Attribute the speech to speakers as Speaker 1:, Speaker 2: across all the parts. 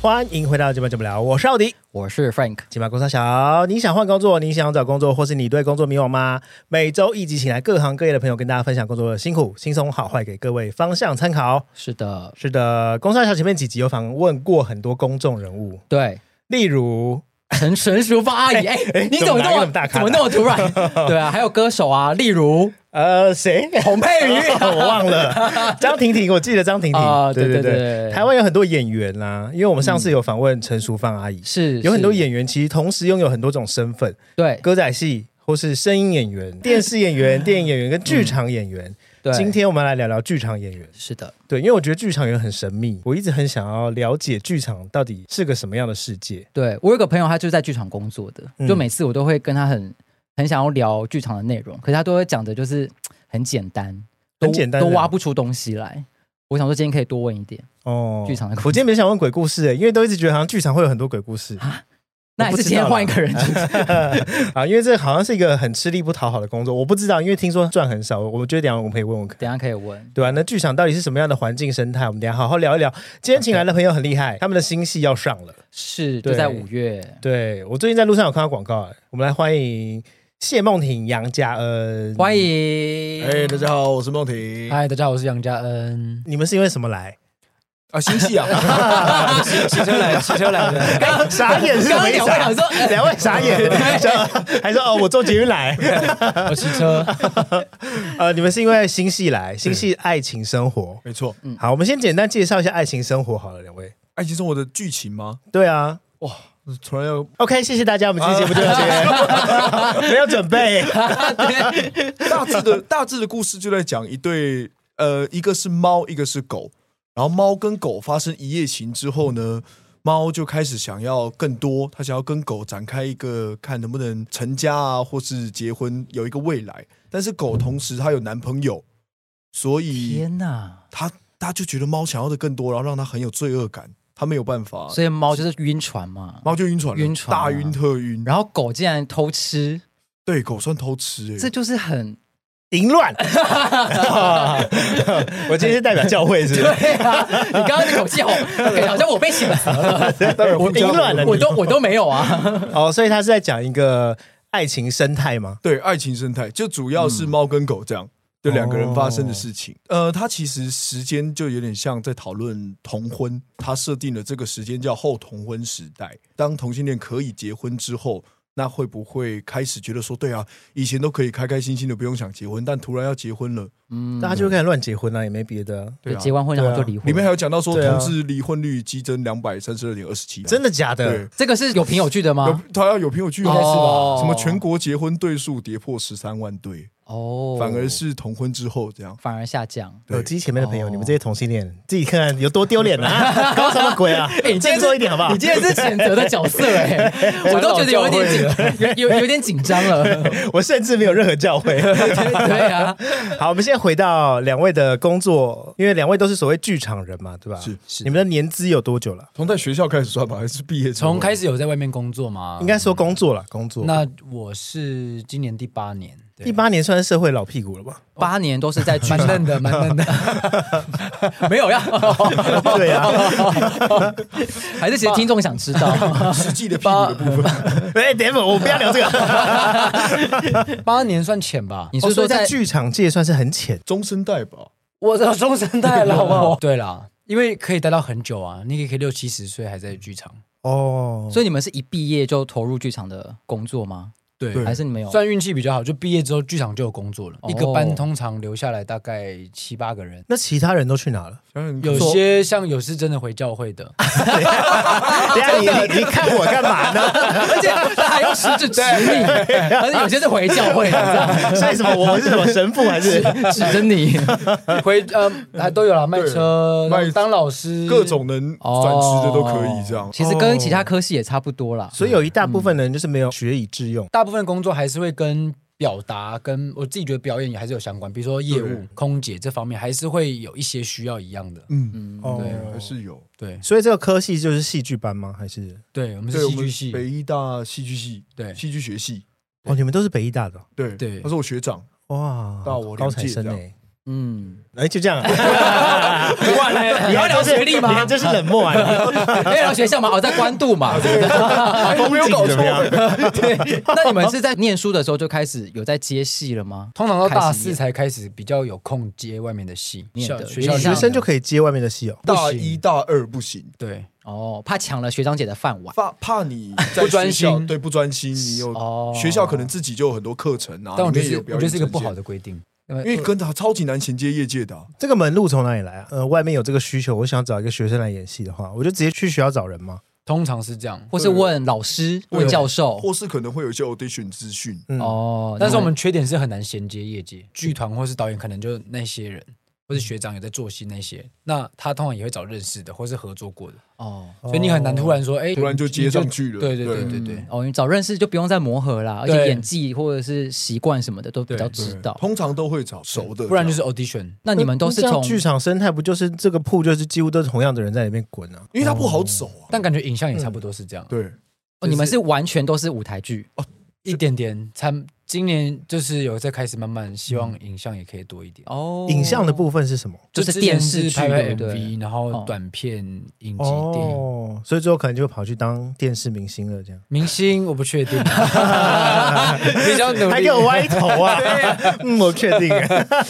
Speaker 1: 欢迎回到今晚节目聊，我是奥迪。
Speaker 2: 我是 Frank，
Speaker 1: 今晚工商小，你想换工作，你想找工作，或是你对工作迷惘吗？每周一集，请来各行各业的朋友跟大家分享工作的辛苦、轻松、好坏，给各位方向参考。
Speaker 2: 是的，
Speaker 1: 是的，工商小前面几集有访问过很多公众人物，
Speaker 2: 对，
Speaker 1: 例如
Speaker 2: 陈 陈淑芳阿姨，哎、你
Speaker 1: 怎么
Speaker 2: 怎么
Speaker 1: 来
Speaker 2: 那
Speaker 1: 个那
Speaker 2: 么
Speaker 1: 么大咖
Speaker 2: 怎么
Speaker 1: 的
Speaker 2: 那么突然？对啊，还有歌手啊，例如呃
Speaker 1: 呃 谁？
Speaker 2: 洪佩瑜
Speaker 1: 我忘了张婷婷，我记得张婷婷，
Speaker 2: 啊，
Speaker 1: 对
Speaker 2: 对
Speaker 1: 对
Speaker 2: 对
Speaker 1: 对，
Speaker 2: 对，嗯
Speaker 1: 台湾有很多演员啦、因为我们上次有访问陈淑芳阿姨，
Speaker 2: 是
Speaker 1: 有很多
Speaker 2: 是
Speaker 1: 演员其实同时拥有很多种身份，
Speaker 2: 对
Speaker 1: 歌仔戏或是声音演员、电视演员、电影演员跟剧场演员。
Speaker 2: 嗯对，
Speaker 1: 今天我们来聊聊剧场演员，
Speaker 2: 是的，
Speaker 1: 对，因为我觉得剧场演员很神秘，我一直很想要了解剧场到底是个什么样的世界。
Speaker 2: 对我有个朋友，他就是在剧场工作的，
Speaker 1: 嗯
Speaker 2: 就每次我都会跟他很很想要聊剧场的内容，可是他都会讲的就是嘖很简单，都
Speaker 1: 很简单
Speaker 2: 都
Speaker 1: 是吧
Speaker 2: 挖不出东西来。我想说今天可以多问一点，
Speaker 1: 哦，
Speaker 2: 剧场的故事
Speaker 1: 我今天没想问鬼故事、欸，因为都一直觉得好像剧场会有很多鬼故 事
Speaker 2: 啊那还
Speaker 1: 嗯不
Speaker 2: 是
Speaker 1: 知
Speaker 2: 今天
Speaker 1: 道啦
Speaker 2: 换一 个人去
Speaker 1: 啊，因为这好像是一个很吃力不讨好的工作，我不知道，因为听说赚很少，我觉得等一下我们可以问问看。
Speaker 2: 等一下可以问。
Speaker 1: 对啊，那剧场到底是什么样的环境生态？我们等一下好好聊一聊。今天请来的朋友很厉害，他们的新戏要上了。
Speaker 2: 是，
Speaker 1: 对
Speaker 2: 就在五月，
Speaker 1: 对我最近在路上有看到广告、哎我们来欢迎谢梦婷、杨佳恩。
Speaker 2: 欢迎。
Speaker 3: 哎、大家好，我是梦婷。
Speaker 2: 嗨，大家好，我是杨家 恩。
Speaker 1: 你们是因为什么来？
Speaker 3: 啊，新 戏
Speaker 2: 嗯
Speaker 3: 啊，汽车来，汽车来的。
Speaker 1: 傻眼是什
Speaker 2: 刚
Speaker 1: 么
Speaker 2: 刚
Speaker 1: 意
Speaker 2: 两
Speaker 1: 思
Speaker 2: 位想
Speaker 1: 啊？
Speaker 2: 说，哎
Speaker 1: 两位傻眼， 想还说哦，我坐捷运来。
Speaker 2: 我骑车，
Speaker 1: 呃，你们是因为新戏来，新戏《爱情生活
Speaker 3: 没错，》。
Speaker 2: 嗯
Speaker 1: 好，我们先简单介绍一下《爱情生活》好了，两位。
Speaker 3: 爱情生活的剧情吗？
Speaker 1: 对啊
Speaker 2: 嗯
Speaker 3: 突然要
Speaker 1: ，OK，谢谢大家，我们今天节目就到这 边，没有准备。
Speaker 3: 大致的大致的故事就在讲一对，呃，一个是猫，一个是狗。然后猫跟狗发生一夜情之后呢，猫就开始想要更多，它想要跟狗展开一个看能不能成家啊，或是结婚有一个未来。但是狗同时它有男朋友，所以
Speaker 2: 天哪！
Speaker 3: 它它就觉得猫想要的更多，然后让它很有罪恶感，它没有办法。
Speaker 2: 所以猫就是晕船嘛，
Speaker 3: 猫就晕船了，
Speaker 2: 晕船啊
Speaker 3: 大晕特晕。然后
Speaker 2: 然后狗竟然偷吃，
Speaker 3: 对狗算偷吃哎、
Speaker 2: 这就是很
Speaker 1: 淫乱。我今天是代表教会，是不是？
Speaker 2: 对啊！你刚刚那口气好，感觉好像我被洗了色，
Speaker 1: 我淫乱了
Speaker 2: 我
Speaker 1: 你。
Speaker 2: 都我都没有啊。
Speaker 1: 哦，所以他是在讲一个爱情生态吗？
Speaker 3: 对爱情生态就主要
Speaker 2: 嗯
Speaker 3: 是猫跟狗这样，就两个人发
Speaker 2: 哦
Speaker 3: 生的事情。呃，它其实时间就有点像在讨论同婚，它设定了这个时间叫后同婚时代。当同性恋可以结婚之后。那会不会开始觉得说，对啊，以前都可以开开心心的，不用想结婚，但突然要结婚了，
Speaker 2: 嗯
Speaker 1: 大家就开始乱结婚了、也没别的啊。
Speaker 3: 对啊
Speaker 2: 结完婚然后就离婚，
Speaker 3: 里面还有讲到说，
Speaker 1: 对啊
Speaker 3: 同志离婚率激增两百三十二点二十七，
Speaker 1: 真的假的
Speaker 3: 对？
Speaker 2: 这个是有凭有据的
Speaker 3: 有
Speaker 2: 吗？
Speaker 3: 他要有凭有据，
Speaker 2: 应该是吧哦
Speaker 3: 啊什么全国结婚对数跌破十三万对，
Speaker 2: 哦，
Speaker 3: 反而是同婚之后这样。
Speaker 2: 反而下降。
Speaker 3: 对
Speaker 1: 耳机前面的朋友，
Speaker 2: 哦
Speaker 1: 你们这些同性恋，自己看看有多丢脸 啊！搞什么鬼啊？
Speaker 2: 哎你今天
Speaker 1: 振作一点好不好
Speaker 2: 你？今天是谴责的角色 哎，我都觉得有一点紧，有有有点紧张了。
Speaker 1: 我甚至没有任何教诲。
Speaker 2: 对啊，
Speaker 1: 好，我们现在回到两位的工作，因为两位都是所谓剧场人嘛，对吧？
Speaker 3: 是
Speaker 1: 你们的年资有多久了？
Speaker 3: 从在学校开始算吧，还是毕业之后
Speaker 4: 从开始有在外面工作
Speaker 2: 啊
Speaker 4: 吗？
Speaker 1: 应该说工作了，工作。
Speaker 4: 那我是今年第八年，对
Speaker 1: 第八年算是社会老屁股了 吧？
Speaker 2: 八年都是在剧
Speaker 4: 哦蛮
Speaker 2: 场，
Speaker 4: 嫩 的，蛮嫩的。
Speaker 2: 没有 要，
Speaker 1: 对啊。
Speaker 2: 还是其实听众想知 道。
Speaker 3: 实 际的屁股的部分，
Speaker 1: 哎，等一会儿我不要聊这个。
Speaker 4: 八年算浅吧？
Speaker 2: 你
Speaker 1: 哦
Speaker 2: 是
Speaker 1: 所以
Speaker 2: 说
Speaker 1: 在
Speaker 2: 在
Speaker 1: 剧场界算是很浅
Speaker 3: 中生代吧。
Speaker 4: 我的中生代了，好 不好？对啦，因为可以待到很久啊，你也可以六七十岁还在剧场，
Speaker 1: 哦，
Speaker 2: 所以你们是一毕业就投入剧场的工作吗？
Speaker 4: 对，
Speaker 3: 对
Speaker 2: 还是你们有？
Speaker 4: 算运气比较好，就毕业之后剧场就有工作了。
Speaker 2: 哦
Speaker 4: 一个班通常留下来大概七八个人。
Speaker 1: 那其他人都去哪了？
Speaker 3: 想想
Speaker 4: 有
Speaker 3: 说
Speaker 4: 些像有是真的回教会 的，
Speaker 1: 等一下你你你看我干嘛 呢？
Speaker 2: 而且他还用食指指你，而且有些是回教会 的，
Speaker 1: 所以什么我是什么神父还是？
Speaker 2: 你知道吗指着你。
Speaker 4: 回呃还都有啦，卖车、
Speaker 3: 对卖
Speaker 4: 当老师，
Speaker 3: 各种能
Speaker 4: 哦
Speaker 3: 转职的都可以这样
Speaker 2: 哦。其实跟其他科系也差不多啦。
Speaker 1: 所以有一大部分人就是没有学以致用。
Speaker 4: 大部分工作还是会跟表达、跟我自己觉得表演也还是有相关，比如说业务
Speaker 3: 对、
Speaker 4: 空姐这方面还是会有一些需要一样的。
Speaker 3: 嗯，
Speaker 1: 哦
Speaker 3: 对，还是有。
Speaker 4: 对
Speaker 1: 所以这个科系就是戏剧班吗？还是
Speaker 4: 对，我们
Speaker 3: 对，
Speaker 4: 是
Speaker 3: 我
Speaker 4: 戏
Speaker 3: 们
Speaker 4: 剧 系，
Speaker 3: 北医大戏剧系，
Speaker 4: 对
Speaker 3: 戏剧学系，
Speaker 1: 哦？你们都是北医大的哦
Speaker 3: 对
Speaker 4: 对
Speaker 3: 他是我学长，
Speaker 1: 哇？
Speaker 3: 大我
Speaker 1: 高
Speaker 3: 两
Speaker 1: 材
Speaker 3: 届
Speaker 1: 生欸
Speaker 3: 这样
Speaker 1: 哎，
Speaker 2: 嗯，
Speaker 1: 哎就这样啊。你要聊
Speaker 4: 有学历吗
Speaker 1: 你？看这是冷漠 啊！你
Speaker 2: 没有来哎学 校嘛，哦我在关渡嘛。
Speaker 3: 我没有搞
Speaker 1: 风景怎么样
Speaker 3: 错，
Speaker 2: 对，那你们是在念书的时候就开始有在接戏了吗？
Speaker 4: 通常到大
Speaker 2: 开始
Speaker 4: 四
Speaker 2: 演
Speaker 4: 才开始比较有空接外面的戏，
Speaker 2: 念的
Speaker 4: 学
Speaker 2: 你
Speaker 1: 学
Speaker 4: 校
Speaker 1: 生就可以接外面的戏哦。
Speaker 3: 大一大二不行，
Speaker 4: 对，
Speaker 2: 哦，怕抢了学长姐的饭碗。
Speaker 3: 怕怕你在
Speaker 4: 不专
Speaker 3: 学校
Speaker 4: 心
Speaker 3: 对不专心，你有
Speaker 2: 哦
Speaker 3: 学校可能自己就有很多课程啊，
Speaker 4: 但我觉
Speaker 3: 里
Speaker 4: 得
Speaker 3: 面
Speaker 4: 是
Speaker 3: 有
Speaker 4: 我
Speaker 3: 表
Speaker 4: 觉
Speaker 3: 演
Speaker 4: 得是一个不
Speaker 3: 呈现
Speaker 4: 好的规定，
Speaker 3: 因为跟他超级难衔接业界的啊、
Speaker 1: 这个门路从哪里来啊？呃，外面有这个需求，我想找一个学生来演戏的话，我就直接去学校找人嘛。
Speaker 4: 通常是这样。
Speaker 2: 或是问老师、问教
Speaker 4: 哦
Speaker 2: 授。
Speaker 3: 或是可能会有一些 audition 资讯，
Speaker 1: 嗯，
Speaker 2: 哦，
Speaker 4: 但是我们缺点是很难衔接业界，剧团或是导演可能就那些人，或是学长有在做戏那些，那他通常也会找认识的或是合作过的，
Speaker 2: 哦。
Speaker 1: 哦
Speaker 4: 所以你很难突然说，哎，
Speaker 3: 突然就接上去了嗯
Speaker 4: 对对对
Speaker 3: 对
Speaker 4: 对对，
Speaker 2: 哦，你早认识就不用再磨合啦，而且
Speaker 4: 对
Speaker 2: 演技或者是习惯什么的都比较知道。
Speaker 3: 通常都会找熟的，
Speaker 4: 不然就
Speaker 3: 这
Speaker 4: 是
Speaker 3: 样
Speaker 4: audition。
Speaker 2: 那你们都是
Speaker 1: 那这样
Speaker 2: 从
Speaker 1: 哦剧场生态，不就是这个铺就是几乎都是同样的人在里面滚啊？
Speaker 3: 因为他不好走啊。
Speaker 4: 但感觉影像也差不
Speaker 1: 嗯
Speaker 4: 多是这样，
Speaker 3: 对，
Speaker 2: 哦你们是完全都是舞台剧
Speaker 4: 一点点。参今年就是有在开始慢慢希望影像也可以多一点，
Speaker 2: 哦，
Speaker 1: 影像的部分是什么？
Speaker 2: 就
Speaker 4: 之
Speaker 2: 是
Speaker 4: 前
Speaker 2: 电视剧
Speaker 4: 拍拍
Speaker 2: 对不对
Speaker 4: MV，然
Speaker 2: 哦
Speaker 4: 后短片、影集、电影。
Speaker 1: 哦，所以最后可能就跑去当电视明星了，这样。
Speaker 4: 明星我不确定，比较哦努
Speaker 1: 还
Speaker 4: 力
Speaker 1: 给，我歪头 啊！嗯，我确定。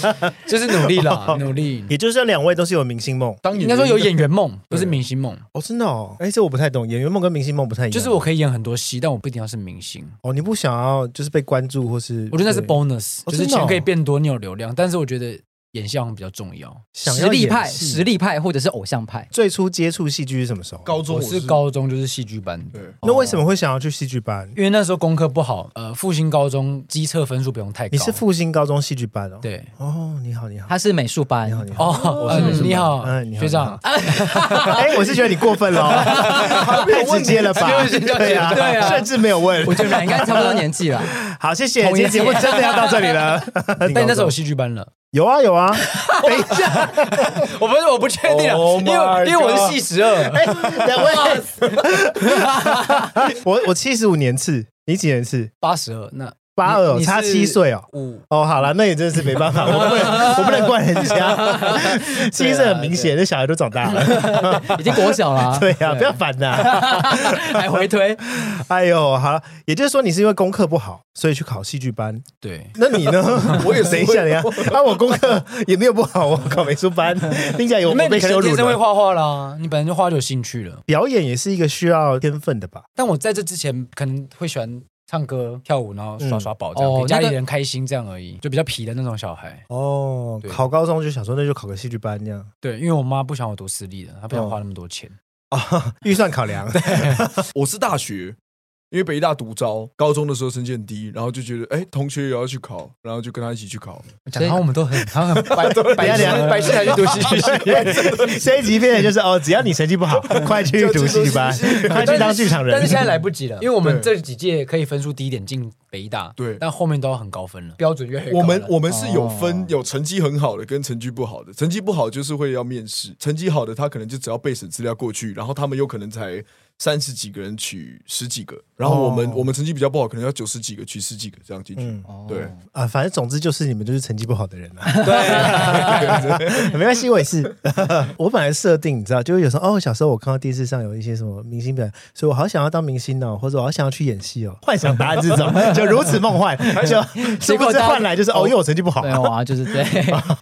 Speaker 4: 就是努力啦，努力。
Speaker 1: 也就是这两位都是有明星梦
Speaker 3: 当演员
Speaker 4: 应该说有演员梦，不是明星梦。
Speaker 1: 哦，真的哦。哎，这我不太懂，演员梦跟明星梦不太一样。
Speaker 4: 就是我可以演很多戏，但我不一定要是明星。
Speaker 1: 哦，你不想要就是被关注，或是
Speaker 4: 我觉得那是
Speaker 1: 对
Speaker 4: bonus，
Speaker 1: 哦
Speaker 4: 就是
Speaker 1: 真的哦
Speaker 4: 钱可以变多，你有流量，但是我觉得演戏好像比较重要。
Speaker 1: 想要
Speaker 2: 实力派、
Speaker 1: 演戏
Speaker 2: 实力派或者是偶像派。
Speaker 1: 最初接触戏剧是什么时候？
Speaker 3: 高中
Speaker 4: 我
Speaker 3: 我
Speaker 4: 是，高中就是戏剧班的，
Speaker 3: 对，
Speaker 1: 那为什么会想要去戏剧班？
Speaker 4: 因为那时候功课不好，呃，复兴高中机测分数不用太高。
Speaker 1: 你是复兴高中戏剧班哦？。
Speaker 4: 对
Speaker 1: 哦，你好，你好。
Speaker 2: 他是美术班
Speaker 1: 你，好，你好。
Speaker 4: 哦，
Speaker 1: 我是
Speaker 4: 嗯你好
Speaker 1: 嗯你，好
Speaker 4: 学长，啊
Speaker 1: 哎，我是觉得你过分了 哦， 太直接了吧？对啊，
Speaker 4: 对啊
Speaker 1: 甚至没有问
Speaker 2: 我。觉得你们应该差不多年 纪了。
Speaker 1: 好，谢谢。今天节目真的要到这里了。
Speaker 4: 但那时候有戏剧班了，
Speaker 1: 有啊有啊，等一下，
Speaker 4: 我不是我不确定啊，
Speaker 3: Oh
Speaker 4: 因
Speaker 3: my
Speaker 4: 为因为我是系十二，
Speaker 1: 哎，两位， 我我七十五年次，你几年次？
Speaker 4: 八十二，那
Speaker 1: 八二，
Speaker 4: 你
Speaker 1: 差
Speaker 4: 是
Speaker 1: 七岁哦。
Speaker 4: 五
Speaker 1: 哦，好了，那也真的是没 办法，我不能，我不能怪人家。其实很明
Speaker 4: 啊
Speaker 1: 显，这小孩都长大了。
Speaker 2: 已经国小啦，
Speaker 1: 对呀、啊，不要烦呐、
Speaker 2: 还 回推。
Speaker 1: 哎呦，好了，也就是说你是因为功课不好，所以去考戏剧班。
Speaker 4: 对，
Speaker 1: 那你呢？
Speaker 3: 我也是
Speaker 1: 等一下，等一下，啊，我功课也没有不好，我考美术班，听起来有
Speaker 4: 那
Speaker 1: 哎我
Speaker 4: 你
Speaker 1: 被
Speaker 4: 可
Speaker 1: 羞
Speaker 4: 能
Speaker 1: 辱
Speaker 4: 天生会
Speaker 1: 了。
Speaker 4: 画画啦，你本来就画就有兴趣了。
Speaker 1: 表演也是一个需要天分的吧？
Speaker 4: 但我在这之前可能会喜欢唱歌、跳舞，然后耍耍宝这样，
Speaker 2: 嗯哦
Speaker 4: 给家里
Speaker 2: 那个
Speaker 4: 人开心这样而已，就比较皮的那种小孩。
Speaker 1: 哦，
Speaker 4: 对
Speaker 1: 考高中就想说那就考个戏剧班这样，
Speaker 4: 对，因为我妈不想我读私立的，她不想花那么多钱。
Speaker 1: 预算考 量。
Speaker 3: 我是大学，因为北大独招，高中的时候身见低，然后就觉得哎，同学也要去考，然后就跟他一起去考。
Speaker 4: 讲到我们都很，好像很 白白痴
Speaker 1: 等一下，
Speaker 4: 白痴还去 读戏剧 系。
Speaker 1: 这一集变得就是哦，只要你成绩不好，快去读戏剧 班，快去当剧场人。
Speaker 4: 但是现在来不及了，因为我们
Speaker 3: 对
Speaker 4: 这几届可以分数低一点进北大，
Speaker 3: 对
Speaker 4: 但后面都要很高分了，标准越来越高
Speaker 3: 我们
Speaker 4: 了
Speaker 3: 我们是有分
Speaker 2: 哦
Speaker 3: 有成绩很好的跟成绩不好的，成绩不好就是会要面试，成绩好的他可能就只要备审资料过去，然后他们有可能才三十几个人取十几个，然后我们、
Speaker 1: 哦
Speaker 3: 我们成绩比较不好，可能要九十几个取十几个这样进去。
Speaker 1: 嗯
Speaker 3: 对，
Speaker 1: 啊，反正总之就是你们就是成绩不好的人啊。对， 没关系，我也是。我本来设定你知道，就是有时候哦，小时候我看到电视上有一些什么明星表演，所以我好想要当明星哦，或者我好想要去演戏哦，幻想答案是这种， 就如此梦幻，就
Speaker 2: 结
Speaker 1: 结
Speaker 2: 果
Speaker 1: 果这
Speaker 2: 大家
Speaker 1: 换来就是哦，因为我成绩不好
Speaker 2: 对。啊，就是对。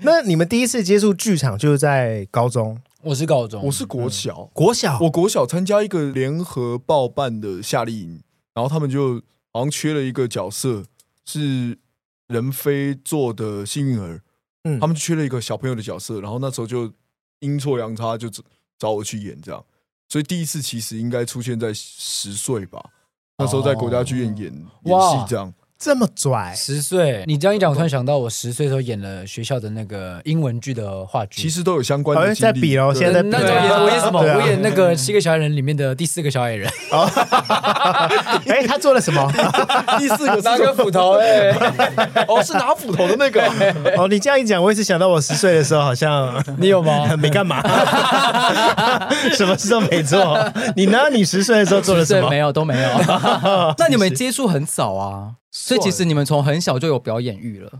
Speaker 1: 那你们第一次接触剧场就是在高中、
Speaker 4: 我是高中，
Speaker 3: 我是国小，
Speaker 1: 国小
Speaker 3: 我国小参加一个联合报办的夏令营，然后他们就好像缺了一个角色，是任飞做的幸运儿，
Speaker 1: 嗯
Speaker 3: 他们就缺了一个小朋友的角色，然后那时候就阴错阳差就找找我去演这样，所以第一次其实应该出现在十岁吧，那时候在国家剧院演、
Speaker 1: 哦
Speaker 3: 演
Speaker 4: 哇
Speaker 3: 戏这样，
Speaker 1: 这么拽，
Speaker 4: 十岁，你这样一讲，我突然想到，我十岁的时候演了学校的那个英文剧的话剧。
Speaker 3: 其实都有相关
Speaker 1: 好像
Speaker 3: 的经
Speaker 1: 在
Speaker 3: 历。
Speaker 1: 比喽，
Speaker 3: 对
Speaker 1: 现在在比
Speaker 4: 那
Speaker 1: 咯。
Speaker 4: 我
Speaker 2: 对
Speaker 4: 演
Speaker 2: 啊
Speaker 4: 我演什么？
Speaker 1: 对啊
Speaker 4: 我演那个七个小矮人里面的第四个小矮人，
Speaker 1: 哎，他做了什么？
Speaker 3: 第四个
Speaker 4: 拿
Speaker 3: 是
Speaker 4: 个斧头，哎，
Speaker 3: 哦，是拿斧头的那 个。
Speaker 1: 哦，你这样一讲，我也是想到我十岁的时候好 像
Speaker 4: 你有 吗？
Speaker 1: 没干嘛， 什么事都没做。你呢？你十岁的时候做了什
Speaker 2: 对，
Speaker 1: 么
Speaker 2: 没？有都没有。 那你们接触很早啊，所以其实你们从很小就有表演欲了。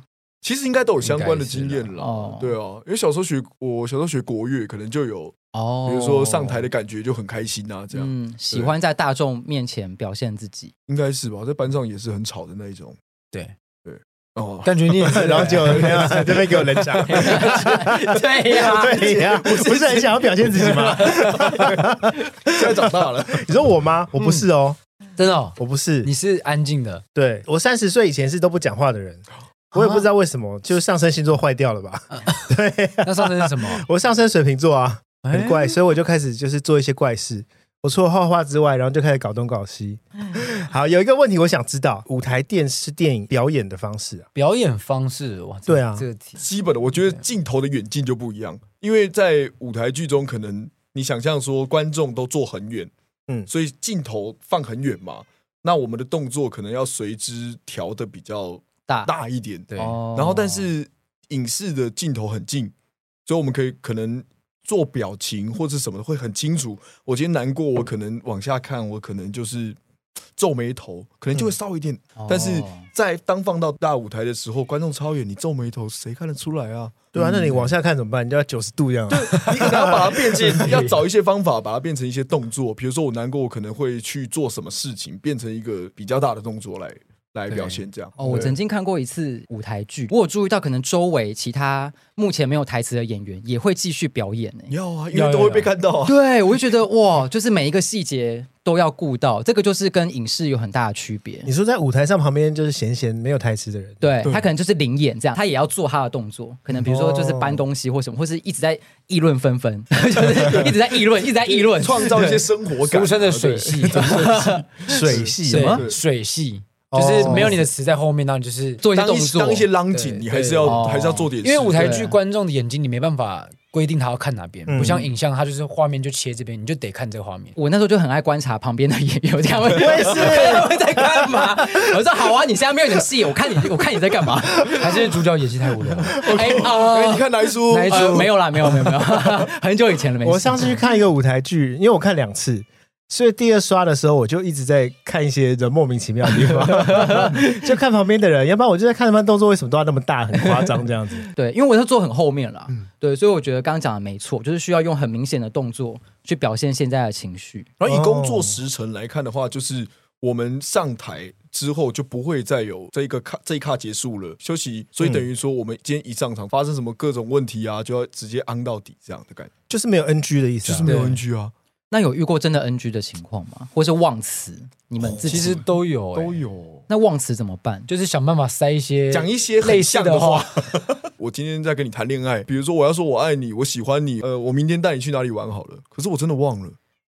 Speaker 3: 其实应该都有相关的经验
Speaker 2: 应该是
Speaker 3: 啦
Speaker 2: 啦哦。
Speaker 3: 对啊，因为小时候学我小时候学国乐，可能就有
Speaker 2: 哦
Speaker 3: 比如说上台的感觉就很开心啊，这样、
Speaker 2: 嗯，喜欢在大众面前表现自己，
Speaker 3: 应该是吧？在班上也是很吵的那一种
Speaker 4: 对，
Speaker 3: 哦。
Speaker 4: 感觉你也是，
Speaker 1: 然后就 没有这边给我冷场，
Speaker 2: 对 呀、
Speaker 1: 对 呀，不是很想要表现自己 吗？
Speaker 3: 现在长大了，
Speaker 1: 你说我吗？我不是哦，
Speaker 4: 真的哦，
Speaker 1: 我不是
Speaker 4: 你。是安静的，
Speaker 1: 对我三十岁以前是都不讲话的人，我也不知道为什么，就是上升星座坏掉了吧？对，
Speaker 4: 那上身是什么？
Speaker 1: 我上升水瓶座啊，很
Speaker 4: 哎
Speaker 1: 怪，所以我就开始就是做一些怪事。我除了画画之外，然后就开始搞东搞西。好，有一个问题我想知道，舞台、电视、电影表演的方式啊，
Speaker 4: 表演方式哇，这
Speaker 1: 对啊
Speaker 4: 这个题
Speaker 3: 基本的，我觉得镜头的远近就不一样，因为在舞台剧中，可能你想象说观众都坐很远，
Speaker 1: 嗯
Speaker 3: 嗯，所以镜头放很远嘛，那我们的动作可能要随之调的比较
Speaker 2: 大
Speaker 3: 大一点，
Speaker 4: 对，
Speaker 2: 哦
Speaker 3: 然后但是影视的镜头很近，所以我们可以可能做表情或是什么会很清楚。我今天难过，我可能往下看，我可能就是皱眉头，可能就会稍微一点。但是
Speaker 4: 哦
Speaker 3: 在当放到大舞台的时候，观众超远，你皱眉头谁看得出来啊？
Speaker 1: 对啊，那你往下看怎么办？你就要九十度这样啊、
Speaker 3: 你可能要把它变成，要找一些方法把它变成一些动作。比如说我难过，我可能会去做什么事情，变成一个比较大的动作来来表现这样。
Speaker 2: 哦，我
Speaker 3: 对
Speaker 2: 曾经看过一次舞台剧，我有注意到，可能周围其他目前没有台词的演员也会继续表演呢、
Speaker 3: 要啊，因
Speaker 4: 要
Speaker 3: 为都
Speaker 4: 要
Speaker 3: 会被
Speaker 4: 要
Speaker 3: 看到啊。
Speaker 2: 对，我就觉得哇，就是每一个细节都要顾到，这个就是跟影视有很大的区别
Speaker 1: 你。说在舞台上旁边就是闲闲没有台词的人，
Speaker 2: 对
Speaker 3: 对
Speaker 2: 他可能就是灵演这样，他也要做他的动作，可能比如说就是搬东西或什么，或是一直在议论纷纷， 就是一直在议论，一直在议论。
Speaker 3: 创造一些生活感啊，
Speaker 4: 俗称的水
Speaker 3: 对
Speaker 4: 系，
Speaker 1: 水啊戏
Speaker 4: 水
Speaker 1: 吗？
Speaker 3: 对哦
Speaker 4: 水系，就是没有你的词在后面，那你就是
Speaker 2: 做一些
Speaker 3: 当
Speaker 2: 动
Speaker 3: 一
Speaker 2: 作
Speaker 3: 当一些浪景，
Speaker 4: 对
Speaker 3: 你还是
Speaker 4: 对
Speaker 3: 要
Speaker 2: 哦
Speaker 3: 还是要做点事，
Speaker 4: 因为舞台剧
Speaker 2: 对
Speaker 4: 观众的眼睛你没办法规定他要看哪边，
Speaker 1: 嗯
Speaker 4: 不像影像，它就是画面就切这边，你就得看这个画面。
Speaker 2: 我那时候就很爱观察旁边的演员，这样 我也
Speaker 1: 是
Speaker 2: 会在干嘛？我说好啊，你现在没有你的戏，我看你，我看你在干嘛？
Speaker 4: 还是主角演戏太 无聊了，
Speaker 2: 哎
Speaker 3: 哎，
Speaker 2: 啊
Speaker 3: 你，看哪一 出？
Speaker 2: 哪一
Speaker 3: 呃
Speaker 2: 出？哦没有啦，没有没有没有， 很久以前了，没事。
Speaker 1: 我上次去看一个舞台剧，因为我看两次，所以第二刷的时候我就一直在看一些人莫名其妙的地方，就看旁边的人，要不然我就在看他们动作为什么都要那么大，很夸张这样子。
Speaker 2: 对，因为我是坐很后面了，
Speaker 3: 嗯
Speaker 2: 对，所以我觉得刚刚讲的没错，就是需要用很明显的动作去表现现在的情绪。
Speaker 3: 然后以工作时程来看的话，就是我们上台之后就不会再有这一个卡这一卡结束了休息，所以等于说我们今天一上场发生什么各种问题啊，就要直接昂到底这样的感觉，
Speaker 1: 就是没有 NG 的意思、啊，
Speaker 3: 就是没有
Speaker 4: 对
Speaker 3: NG 啊，
Speaker 2: 那有遇过真的 NG 的情况吗？或是忘词？你们自己
Speaker 4: 其实都有、欸
Speaker 3: 都
Speaker 4: 都
Speaker 3: 有
Speaker 2: 那忘词怎么办？
Speaker 4: 就是想办法塞一些
Speaker 3: 讲一些很
Speaker 4: 类似
Speaker 3: 像
Speaker 4: 的
Speaker 3: 话。。 我今天在跟你谈恋爱，比如说我要说我爱你，我喜欢你，呃，我明天带你去哪里玩好了，可是我真的忘了。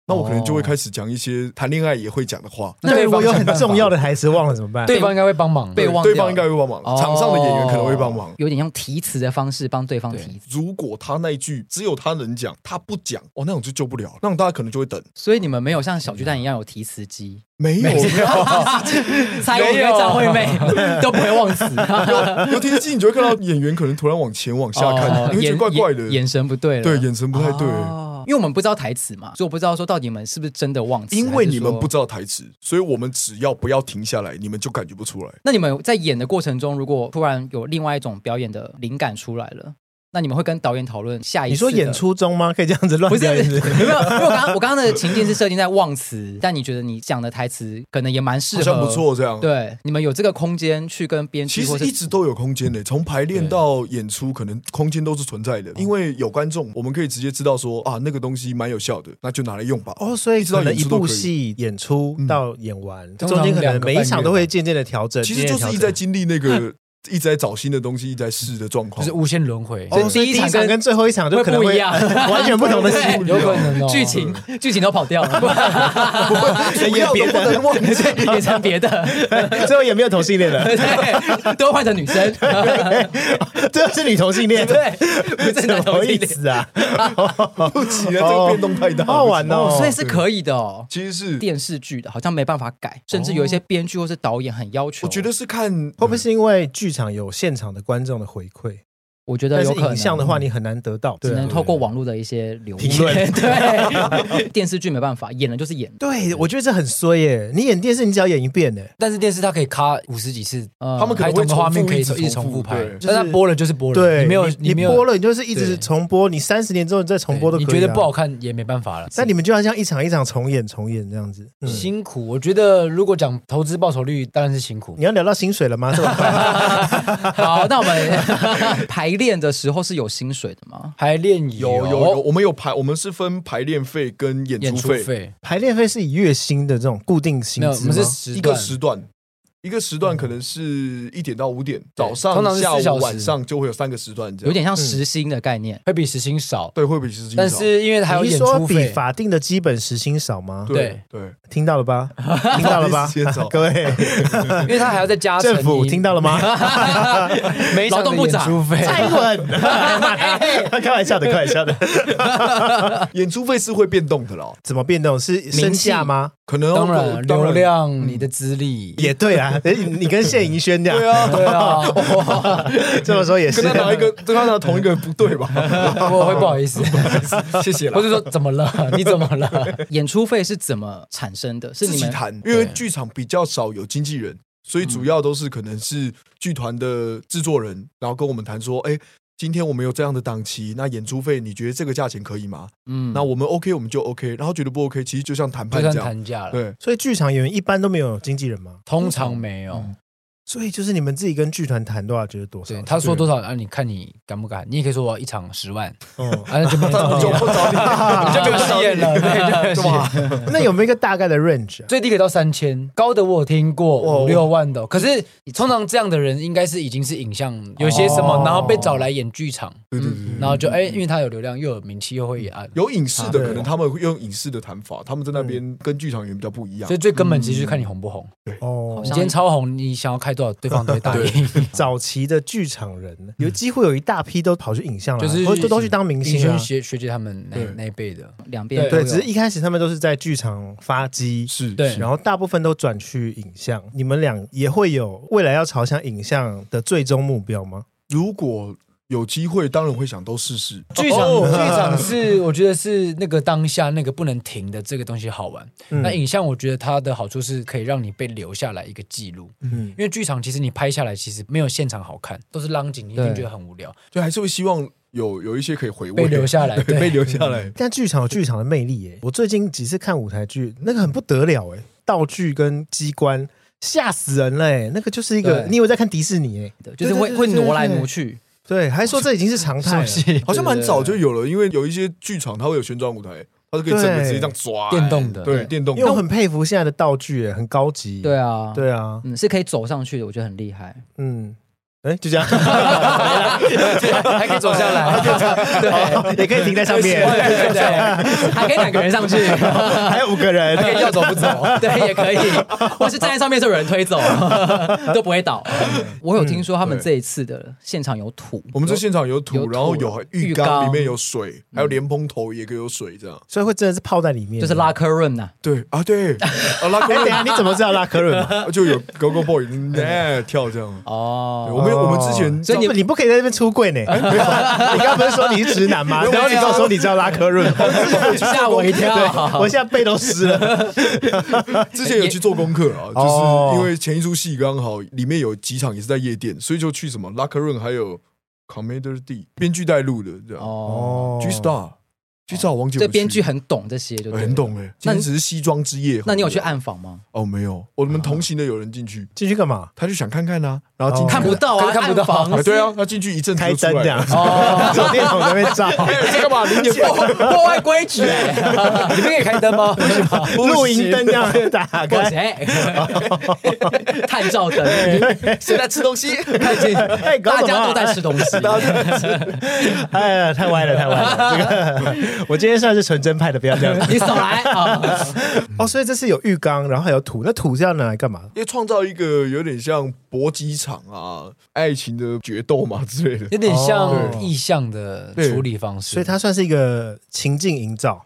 Speaker 3: 那我可能就会开始讲一些谈恋爱也会讲的话，
Speaker 1: 那如果有很重要
Speaker 4: 的，
Speaker 1: 的台词忘了怎么办？
Speaker 4: 对方应该会帮忙。
Speaker 2: 被忘掉
Speaker 3: 对方应该会帮忙，
Speaker 2: 哦
Speaker 3: 场上的演员可能会帮忙。
Speaker 2: 有点用提词的方式帮对方提词，
Speaker 3: 如果他那一句只有他能讲，他不讲，哦，那种就救不了了，那种大家可能就会等。
Speaker 2: 所以你们没有像小巨蛋一样有提词机，
Speaker 3: 没有，
Speaker 2: 蔡依林跟张惠妹 都不会忘词，
Speaker 3: 有提示你就会看到演员可能突然往前往下看，
Speaker 2: 哦
Speaker 3: 你会觉得
Speaker 2: 眼
Speaker 3: 怪怪的
Speaker 2: 眼，眼神不对了，
Speaker 3: 对，眼神不太对，
Speaker 2: 哦因为我们不知道台词嘛，所以我不知道说到底你们是不是真的忘词，
Speaker 3: 因为
Speaker 2: 还
Speaker 3: 你
Speaker 2: 是
Speaker 3: 们
Speaker 2: 说
Speaker 3: 不知道台词，所以我们只要不要停下来，你们就感觉不出来。
Speaker 2: 那你们在演的过程中，如果突然有另外一种表演的灵感出来了，那你们会跟导演讨论下一
Speaker 1: 你
Speaker 2: 次的？
Speaker 1: 说演出中吗？可以这样子乱
Speaker 2: 不是
Speaker 1: 表
Speaker 2: 没有？
Speaker 1: 演
Speaker 2: 因
Speaker 1: 是 不是？
Speaker 2: 为我刚刚我刚刚的情境是设定在忘词，但你觉得你讲的台词可能也蛮适
Speaker 3: 好
Speaker 2: 合，
Speaker 3: 像不。错，这样。
Speaker 2: 对，你们有这个空间去跟编
Speaker 3: 其
Speaker 2: 剧或
Speaker 3: 实
Speaker 2: 是
Speaker 3: 一直都有空间的，从排练到演出，可能空间都是存在的，因为有观众，我们可以直接知道说啊，那个东西蛮有效的，那就拿来用吧。哦，
Speaker 1: 哦，所以
Speaker 3: 知道
Speaker 1: 可能
Speaker 3: 演
Speaker 1: 一
Speaker 3: 出都
Speaker 1: 部
Speaker 3: 可以
Speaker 1: 戏演出到演完，
Speaker 4: 通
Speaker 1: 嗯中间
Speaker 4: 常
Speaker 1: 可
Speaker 4: 两
Speaker 1: 能
Speaker 4: 个
Speaker 1: 每一
Speaker 4: 半
Speaker 1: 场
Speaker 4: 月
Speaker 1: 都
Speaker 4: 吧
Speaker 1: 会渐渐的调整，
Speaker 3: 其
Speaker 1: 渐
Speaker 3: 实
Speaker 1: 渐
Speaker 3: 就
Speaker 1: 地
Speaker 3: 是一直
Speaker 1: 调
Speaker 3: 在
Speaker 1: 整
Speaker 3: 经历那个 一直在找新的东西，一直在试的状
Speaker 4: 就
Speaker 3: 况
Speaker 4: 是。无限轮回。
Speaker 1: 哦，所以第一场跟最后一场就
Speaker 2: 会
Speaker 1: 可能
Speaker 2: 不一
Speaker 1: 会
Speaker 2: 样
Speaker 1: 完全不同的戏。
Speaker 2: 对
Speaker 4: 有可能哦，
Speaker 2: 剧情剧情都跑掉了，
Speaker 3: 不要都不能忘记。
Speaker 2: 变成别的，
Speaker 1: 最后也没有同性恋了，
Speaker 2: 对，都换成女生，
Speaker 1: 这是女同性恋，
Speaker 2: 对，不是男
Speaker 1: 什么
Speaker 2: 同性
Speaker 1: 意
Speaker 2: 恋，
Speaker 1: 思啊？
Speaker 3: 不 起，这个变动太大，
Speaker 1: 好好玩哦
Speaker 2: 哦，所以是可以的哦。
Speaker 3: 其实是，
Speaker 2: 电视剧的，好像没办法改，甚至有一些编剧或是导演很要求。
Speaker 3: 我觉得是看
Speaker 1: 会不会是因为剧场有现场的观众的回馈？
Speaker 2: 我觉得
Speaker 1: 但是
Speaker 2: 有可能
Speaker 1: 影像的话，你很难得到，
Speaker 2: 只
Speaker 1: 对啊
Speaker 2: 能透过网络的一些留言
Speaker 1: 评论
Speaker 2: 对，电视剧没办法，演了就是演。
Speaker 1: 对，我觉得这很衰耶！你演电视，你只要演一遍呢，
Speaker 4: 但是电视它可以卡五十几次，
Speaker 2: 呃
Speaker 3: 嗯他们可
Speaker 4: 拍
Speaker 3: 能
Speaker 4: 同
Speaker 3: 会
Speaker 4: 个画面可以
Speaker 3: 重复
Speaker 4: 一直
Speaker 3: 重
Speaker 4: 重
Speaker 3: 复
Speaker 4: 复拍
Speaker 3: 对，
Speaker 4: 但它播了就是播了，
Speaker 1: 对，
Speaker 4: 你没有
Speaker 1: 你
Speaker 4: 没
Speaker 1: 你
Speaker 4: 有
Speaker 1: 播了，你就是一直
Speaker 4: 对
Speaker 1: 重播，你三十年之后你再重播都可以、
Speaker 4: 你
Speaker 1: 啊。
Speaker 4: 觉得不好看也没办法了。
Speaker 1: 但你们就要像一场一场重演重演这样子。嗯、
Speaker 4: 辛苦，我觉得如果讲投资报酬率，当然是辛苦
Speaker 1: 你。要聊到薪水了吗？ 这么快
Speaker 2: 好，那我们排练的时候是有薪水的吗？
Speaker 4: 排练
Speaker 3: 有有有，我们有排，我们是分排练费跟演
Speaker 4: 演
Speaker 3: 出
Speaker 4: 出
Speaker 3: 费，
Speaker 4: 费，
Speaker 1: 排练费是以月薪的这种固定薪
Speaker 4: 没有，我
Speaker 1: 资吗
Speaker 4: 们是时
Speaker 3: 一个
Speaker 4: 段
Speaker 3: 时段。一个时段可能是一点到五点，早
Speaker 4: 通常
Speaker 3: 上、
Speaker 4: 是
Speaker 3: 下
Speaker 4: 四小
Speaker 3: 午、
Speaker 4: 时
Speaker 3: 晚上就会有三个时段这样。
Speaker 2: 有点像时薪的概念。
Speaker 4: 会比时薪少，
Speaker 3: 对，会比时薪
Speaker 4: 但
Speaker 3: 少
Speaker 4: 是因为还有
Speaker 1: 你
Speaker 4: 演
Speaker 1: 是说
Speaker 4: 出
Speaker 1: 比
Speaker 4: 费，
Speaker 1: 法定的基本时薪少吗？
Speaker 3: 对对，
Speaker 1: 听到了 吧？听到了吧
Speaker 3: 时间 少？
Speaker 1: 各位，
Speaker 4: 因为他还要再加
Speaker 1: 政府听到了吗？
Speaker 4: 没
Speaker 2: 劳动部长
Speaker 4: 演出费，
Speaker 1: 蔡英 文，开玩笑的，开玩笑的。
Speaker 3: 演出费是会变动的啦，
Speaker 1: 怎么变动？是身价吗？
Speaker 3: 可能哦
Speaker 4: 当然
Speaker 3: 当
Speaker 4: 流量、你的资历，
Speaker 1: 也对啊，诶你跟谢盈萱这样，
Speaker 3: 对啊，
Speaker 4: 对啊，
Speaker 1: 这么说也是
Speaker 3: 跟。他拿一个， 跟他拿同一个不对吧？
Speaker 4: 我会不好意思，
Speaker 3: 谢谢啦
Speaker 4: 我。是说怎么了？你怎么 了？
Speaker 2: 演出费是怎么产生的？是
Speaker 3: 自
Speaker 2: 你
Speaker 3: 己
Speaker 2: 们
Speaker 3: 谈，因为剧场比较少有经纪人，所
Speaker 4: 嗯
Speaker 3: 以主要都是可能是剧团的制作人，然后跟我们谈说，哎，今天我们有这样的档期，那演出费你觉得这个价钱可以吗？
Speaker 2: 嗯
Speaker 3: 那我们 OK 我们就 OK，然后觉得不 OK，其实就像谈
Speaker 4: 就
Speaker 3: 判
Speaker 4: 算
Speaker 3: 这样，
Speaker 4: 谈价了，
Speaker 3: 对，
Speaker 1: 所以剧场演员一般都没有经纪人吗？
Speaker 4: 通常没有。
Speaker 1: 所以就是你们自己跟剧团谈多少就是多少
Speaker 4: 对，。他说多少啊？你看你敢不敢？你也可以说我要一场十万，
Speaker 1: 嗯，
Speaker 4: 啊，那就没
Speaker 3: 他 们就不找你，
Speaker 4: 你 就没有戏演了，对，就
Speaker 3: 对
Speaker 4: 没有
Speaker 3: 吧
Speaker 4: 戏？演
Speaker 1: 那有没有一个大概的 range？啊
Speaker 4: 最低可以到三千，高的我有听过
Speaker 1: 哇
Speaker 4: 五六万的哦。可是通常这样的人应该是已经是影像有些什么，然后被找来演剧场，
Speaker 3: 对对对。
Speaker 4: 然后就哎，因为他有流量又有名气又会演啊，
Speaker 3: 有影视的，
Speaker 1: 对
Speaker 3: 可能他们会用影视的谈法，他们在那边跟剧场演员比较不一样
Speaker 4: 所以。最根本其实就是看你红不红。
Speaker 1: 哦
Speaker 4: 你今天超红，你想要开多少，对方都会答 应。
Speaker 1: 早期的剧场人有几乎有一大批都跑去影像了，
Speaker 4: 嗯就是
Speaker 1: 或者都都去当明星
Speaker 4: 轩
Speaker 1: 了。
Speaker 4: 学学姐他们那
Speaker 3: 对
Speaker 4: 那一辈的，
Speaker 2: 两
Speaker 4: 啊
Speaker 2: 边都
Speaker 1: 对，
Speaker 2: 有
Speaker 1: 只是一开始他们都是在剧场发迹，
Speaker 3: 是，
Speaker 4: 对
Speaker 1: 然后大部分都转去影像。你们俩也会有未来要朝向影像的最终目标吗？
Speaker 3: 如果有机会，当然会想都试试。
Speaker 4: 剧场剧场是我觉得是那个当下那个不能停的这个东西好玩。
Speaker 1: 嗯
Speaker 4: 那影像我觉得它的好处是可以让你被留下来一个记录，
Speaker 1: 嗯
Speaker 4: 因，为剧场其实你拍下来其实没有现场好看，都是浪景，你一定
Speaker 2: 对
Speaker 4: 觉得很无聊，
Speaker 3: 就还是会希望有有一些可以回味，
Speaker 4: 被留下来。
Speaker 3: 对被
Speaker 4: 对，
Speaker 3: 留下来。
Speaker 1: 嗯但剧场有剧场的魅力耶、我最近几次看舞台剧，那个很不得了哎、道具跟机关吓死人了哎、那个就是一个
Speaker 4: 对
Speaker 1: 你以为在看迪士尼哎、
Speaker 2: 的，就是会会挪来挪去。
Speaker 1: 对，还说这已经是常态了。
Speaker 3: 好像蛮早就有了，因为有一些剧场它会有旋转舞台，它是可以整个
Speaker 1: 对
Speaker 3: 直接这样抓
Speaker 4: 电动的
Speaker 3: 对电动
Speaker 1: 因为我很佩服现在的道具、欸，很高级。
Speaker 2: 对啊，，
Speaker 1: 对啊，
Speaker 2: 嗯，是可以走上去的，我觉得很厉害。
Speaker 1: 嗯，哎，就这样，
Speaker 4: 还可以走下来，
Speaker 1: 也可以停在上面，
Speaker 4: 对对对，
Speaker 2: 还可以两个人上去，
Speaker 1: 还有五个
Speaker 4: 还可
Speaker 1: 人。
Speaker 4: 以要走不走。
Speaker 2: 对，也可以。或是站在上面就有人推 走，都不会倒。我有听说他们这一次的现场有土，
Speaker 3: 我们这现场有
Speaker 2: 有
Speaker 3: 土，
Speaker 2: 土
Speaker 3: 然后有浴
Speaker 2: 浴缸
Speaker 3: 缸，里面有水，还有莲蓬头也可以有水，这样。
Speaker 1: 所以会真的是泡在里面，
Speaker 2: 就是。拉客润呐，
Speaker 3: 对啊，对，啊拉
Speaker 1: 哎，等一下，
Speaker 3: 哥
Speaker 1: 你怎么知道拉科瑞嘛？
Speaker 3: 就有 Go Go Boy 哎跳这样。对
Speaker 2: 哦，
Speaker 3: 我们我们之前
Speaker 1: 所以你你不可以在那边出柜呢。 你刚不是说你是直男吗？然后你跟我说你知道拉科瑞，
Speaker 2: 吓我一跳。哦
Speaker 1: 我现在背都湿了。
Speaker 3: 之前有去做功课
Speaker 2: 哎
Speaker 3: 啊，
Speaker 1: 哦
Speaker 3: 就是因为前一出戏刚好里面有几场也是在夜店，所以就去什么 Locker Room 还有 Commander D 编剧带路的这样。
Speaker 2: 哦，
Speaker 3: G Star G Star 王姐
Speaker 2: 这编剧很懂这些，就对了
Speaker 3: 很。懂哎，今
Speaker 2: 那你
Speaker 3: 天只是西装之夜。
Speaker 2: 那你有去？暗访吗？
Speaker 3: 哦，没有，我们同行的有人进去，
Speaker 1: 进去干嘛？
Speaker 3: 他就想看看呐，然后进去
Speaker 2: 看不到
Speaker 4: 可
Speaker 2: 啊，
Speaker 4: 是看不到
Speaker 2: 暗
Speaker 3: 哎
Speaker 2: 访
Speaker 3: 对啊，，他进去一阵子
Speaker 1: 开
Speaker 3: 就出
Speaker 1: 灯
Speaker 3: 来
Speaker 1: 这样
Speaker 3: 了。，
Speaker 1: 手电筒在那边照，
Speaker 3: 哎，这干嘛？零点
Speaker 2: 破破坏规矩欸，
Speaker 4: 你们可以开灯吗？
Speaker 1: 露营灯这样 打
Speaker 2: 过
Speaker 1: 开。
Speaker 2: 谁？
Speaker 4: 哎
Speaker 2: 探照灯，谁在吃东 西？看见
Speaker 1: 哎搞什
Speaker 2: 大
Speaker 1: 么啊
Speaker 2: 家都在吃东西，
Speaker 1: 哎呀，太歪了，太歪了！这个我今天算是纯真派的，不要这样子。
Speaker 2: 你少 来啊！
Speaker 1: 哦，所以这是有浴缸，然后还有土，那土是要拿来干嘛？
Speaker 3: 因为创造一个有点像搏击场啊，爱情的决斗嘛之 类的。
Speaker 4: 有点
Speaker 1: 哦
Speaker 4: 像意象的处理方式，
Speaker 1: 所以它算是一个情境营造。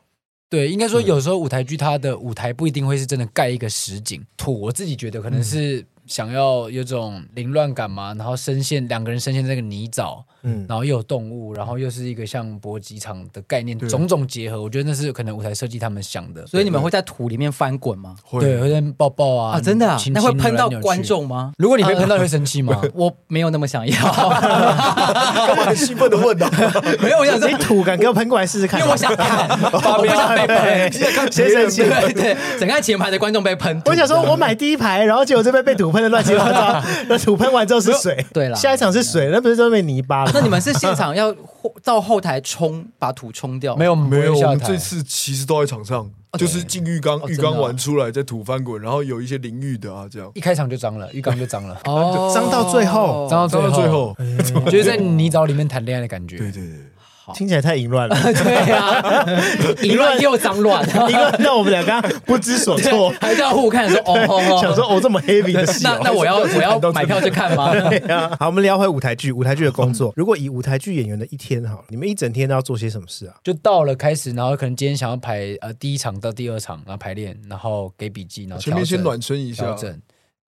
Speaker 4: 对，应该说有时候舞台剧它的舞台不一定会是真的盖一个实景土，我自己觉得可能是想要有种凌乱感嘛，然后深陷两个人深陷这个泥沼，
Speaker 1: 嗯，
Speaker 4: 然后又有动物，然后又是一个像搏击场的概念，
Speaker 3: 对
Speaker 4: 种种结合，我觉得那是可能舞台设计他们想的。
Speaker 2: 所以你们会在土里面翻滚吗？
Speaker 3: 会
Speaker 4: 对会在抱抱啊
Speaker 2: 啊，真的啊
Speaker 4: 亲，亲
Speaker 2: 那会喷到
Speaker 4: 扭来扭去
Speaker 2: 观众 吗？
Speaker 4: 如果你被喷到，你会生气 吗？
Speaker 2: 我没有那么想要，
Speaker 3: 干嘛很兴奋的问啊呢、
Speaker 2: 没有，我想说
Speaker 1: 你，土敢给我喷过来试试看，
Speaker 2: 因为我想看，我不想被喷。
Speaker 1: 谁生气？
Speaker 2: 对对，整个前排的观众被喷吐。
Speaker 1: 我想说，我买第一排，然后结果这边被土喷的乱七八 糟，那土喷完之后是水，
Speaker 2: 对啦
Speaker 1: 下一场是水，那不是就被泥巴了？
Speaker 2: 那你们是现场要后到后台冲，把土冲掉？
Speaker 4: 没
Speaker 2: 有，
Speaker 4: 有，没
Speaker 3: 没有，
Speaker 4: 有，
Speaker 3: 我
Speaker 4: 下
Speaker 3: 们
Speaker 4: 台哦
Speaker 3: 这。次其实都在场上，就是进浴缸，浴
Speaker 2: 真的
Speaker 3: 缸
Speaker 2: 啊
Speaker 3: 完出来再土翻滚，然后有一些淋浴的啊，这样。
Speaker 4: 一开场就脏了，浴缸就 脏了，
Speaker 2: 哦
Speaker 1: 脏到最后
Speaker 4: 脏
Speaker 3: 到
Speaker 4: 到
Speaker 3: 最后，
Speaker 4: 哎
Speaker 3: 嗯
Speaker 4: 就是在泥沼里面谈恋爱的感觉。
Speaker 3: 对对对，
Speaker 1: 听起来太淫乱了，
Speaker 2: 对啊，淫乱又脏乱，
Speaker 1: 淫乱让我们俩刚刚不知所 措，
Speaker 2: 还在互看说哦哦，
Speaker 1: 想说哦这么 heavy 的戏
Speaker 2: 那
Speaker 1: 哦。
Speaker 2: 那我要我要买票去看吗？
Speaker 1: 对啊，嗯好，我们聊回舞台剧，舞台剧的工作。如果以舞台剧演员的一天好了，你们一整天都要做些什么事啊？
Speaker 4: 就到了开始，然后可能今天想要排呃第一场到第二场，然后排练，然后给笔记，然后
Speaker 3: 前面
Speaker 4: 调整
Speaker 3: 先暖身一下嗯
Speaker 4: 调，整，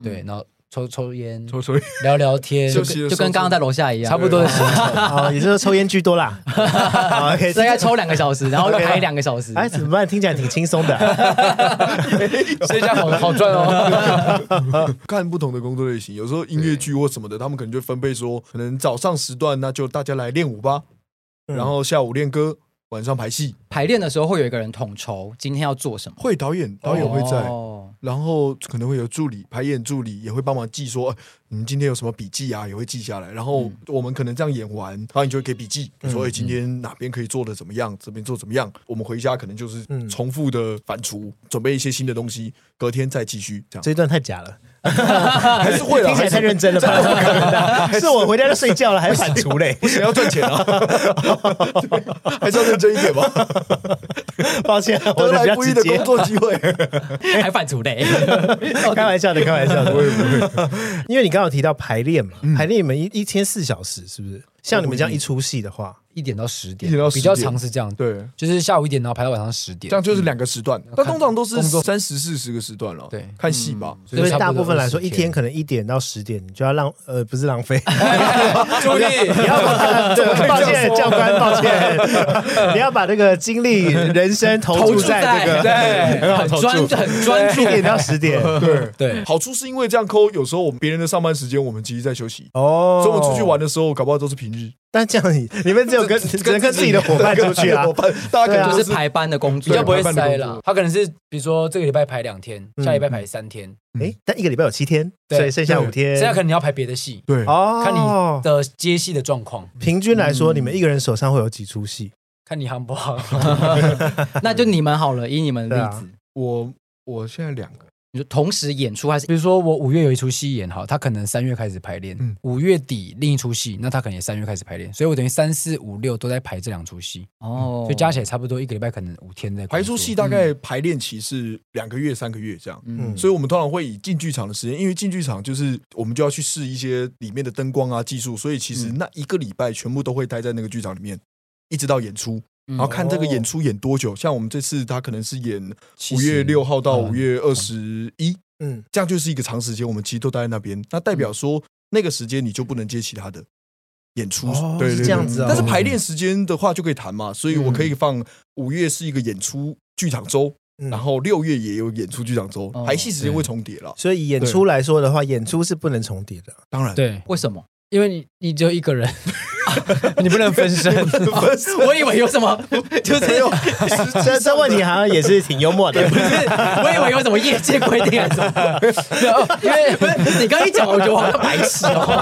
Speaker 4: 对，然后抽抽烟，
Speaker 3: 抽抽烟，
Speaker 4: 聊聊天，
Speaker 3: 休息的时候
Speaker 2: 就跟刚刚在楼下一样，
Speaker 4: 差不多的行程。
Speaker 1: 哦，也就是抽烟居多啦。 好，OK，
Speaker 2: 大概抽两个小时，然后又排两个小时。
Speaker 1: 哎，怎么办？听起来挺轻松的 啊、
Speaker 4: 所以这样好好赚哦。
Speaker 3: 看不同的工作类型，有时候音乐剧或什么的，他们可能就分配说，可能早上时段那就大家来练舞吧，
Speaker 1: 嗯
Speaker 3: 然后下午练歌，晚上排戏。
Speaker 2: 排练的时候会有一个人统筹，今天要做什么？
Speaker 3: 会导演导演会在，
Speaker 2: 哦
Speaker 3: 然后可能会有助理排演助理也会帮忙记说，哎你们今天有什么笔记啊，也会记下来。然
Speaker 1: 嗯
Speaker 3: 后我们可能这样演完，然后你就会给笔记，说哎
Speaker 1: 嗯
Speaker 3: 今天哪边可以做的怎么样，这边做怎么样。我们回家可能就是
Speaker 1: 嗯
Speaker 3: 重复的反刍，准备一些新的东西，隔天再继续这 样。
Speaker 1: 这一段太假了，
Speaker 3: 还是会啦
Speaker 1: 听起来太认真了 吧？怎么可能的是我回家就睡觉了，还反刍 嘞？
Speaker 3: 不行，要赚钱啊，对 还是要认真一点吧。
Speaker 1: 抱歉， 我的
Speaker 3: 得
Speaker 1: 比
Speaker 3: 来
Speaker 1: 较
Speaker 3: 不易
Speaker 1: 直
Speaker 3: 的
Speaker 1: 接
Speaker 3: 工。作机会，
Speaker 4: 哎
Speaker 2: 还反刍嘞，
Speaker 1: 开玩笑的，开玩笑的，因为你刚刚有提到排练嘛，排练你们一一天四小时是不是？像你们这样一出戏的话，
Speaker 4: 一点到十点，
Speaker 3: 一点到十
Speaker 4: 比
Speaker 3: 点
Speaker 4: 较长是这样，，
Speaker 3: 对。
Speaker 4: 就是下午一点，然后排到晚上十点
Speaker 3: 这。样就是两个时段，
Speaker 1: 嗯
Speaker 3: 但通常都是
Speaker 4: 工作
Speaker 3: 三十四十个时段了，
Speaker 4: 对
Speaker 3: 看戏吧。
Speaker 4: 所以
Speaker 1: 所以
Speaker 4: 差不
Speaker 1: 大
Speaker 4: 多
Speaker 1: 部分来说，
Speaker 4: 20
Speaker 1: 一天可能一点到十点，你就要浪呃不是浪费，
Speaker 4: 注
Speaker 1: 你
Speaker 4: 意，
Speaker 1: 要把
Speaker 3: 么可以这样
Speaker 1: 抱歉
Speaker 3: 说
Speaker 1: 教官，抱歉，你 要把这个精力、人生投注在这 个
Speaker 2: 对，很专很专注
Speaker 1: 一。点到十点。
Speaker 3: 对
Speaker 4: 对
Speaker 3: 好处是因为这样抠，有时候我们别人的上班时间，我们其实在休息，
Speaker 1: 哦
Speaker 3: 所以我们出去玩，的时候，搞不好都是平日。
Speaker 1: 但这样你你们只有跟只能跟自己的伙伴出去啊
Speaker 3: 伙。伴，大家可
Speaker 1: 对啊
Speaker 3: 能
Speaker 2: 就
Speaker 3: 都
Speaker 2: 是
Speaker 3: 是
Speaker 2: 排班的工
Speaker 4: 比
Speaker 2: 作
Speaker 4: 较，不会
Speaker 3: 对排
Speaker 4: 塞
Speaker 3: 班的工
Speaker 4: 啦
Speaker 3: 作。
Speaker 4: 他可能是比如说这个礼拜排两天，
Speaker 3: 嗯
Speaker 4: 下礼拜排三天，
Speaker 1: 哎，但一个礼拜有七天，
Speaker 4: 对
Speaker 1: 所以剩下五天。
Speaker 4: 现在可能你要排别的戏，
Speaker 3: 对，
Speaker 1: 哦，
Speaker 4: 看你的接戏的状况，
Speaker 1: 平均来说，你们一个人手上会有几出
Speaker 2: 嗯
Speaker 1: 戏？
Speaker 4: 看你行不好。
Speaker 2: 那就你们好了，以你们的例
Speaker 1: 对
Speaker 2: 子，
Speaker 3: 我我现在两个，
Speaker 2: 你说同时演出还是
Speaker 4: 比如说我五月有一出戏演好，他可能三月开始排练
Speaker 3: 嗯，
Speaker 4: 五、月底另一出戏，那他可能也三月开始排练，所以我等于三四五六都在排这两出戏，
Speaker 2: 哦，
Speaker 4: 所以加起来差不多一个礼拜可能五天在工作
Speaker 3: 排出戏大概排练期是两个月、三个月这样。
Speaker 1: 嗯
Speaker 3: 所以我们通常会以进剧场的时间，因为进剧场就是我们就要去试一些里面的灯光啊、技术，所以其实那一个礼拜全部都会待在那个剧场里面，一直到演出，
Speaker 2: 嗯
Speaker 3: 然后看这个演出演多久。像我们这次他可能是演
Speaker 4: 其
Speaker 3: 五
Speaker 4: 实
Speaker 3: 月六号到
Speaker 4: 嗯
Speaker 3: 五月二十一，
Speaker 1: 嗯，
Speaker 3: 这样就是一个长时间，我们其实都待在那边。那代表说那个时间你就不能接其他的演出，
Speaker 1: 哦
Speaker 3: 对
Speaker 1: 是
Speaker 3: 对对
Speaker 1: 这样子哦
Speaker 3: 但是排练时间的话就可以谈嘛，所以我可以放五月是一个演出剧场周，
Speaker 1: 嗯
Speaker 3: 然后六月也有演出剧场周，
Speaker 2: 哦
Speaker 3: 排戏时间会重叠了。
Speaker 1: 所以演出来说的话，演出是不能重叠的。
Speaker 3: 当然，
Speaker 4: 对，
Speaker 2: 为什么？
Speaker 4: 因为你你只有一个人，你不能分身。
Speaker 2: 我以为有什么，就是
Speaker 3: 没有
Speaker 2: 不
Speaker 1: 哎这这问题好像也是挺幽默的。
Speaker 2: 是，我以为有什么业界规定还是什么， 没有因为不是你刚一讲，我觉得我好像白痴哦。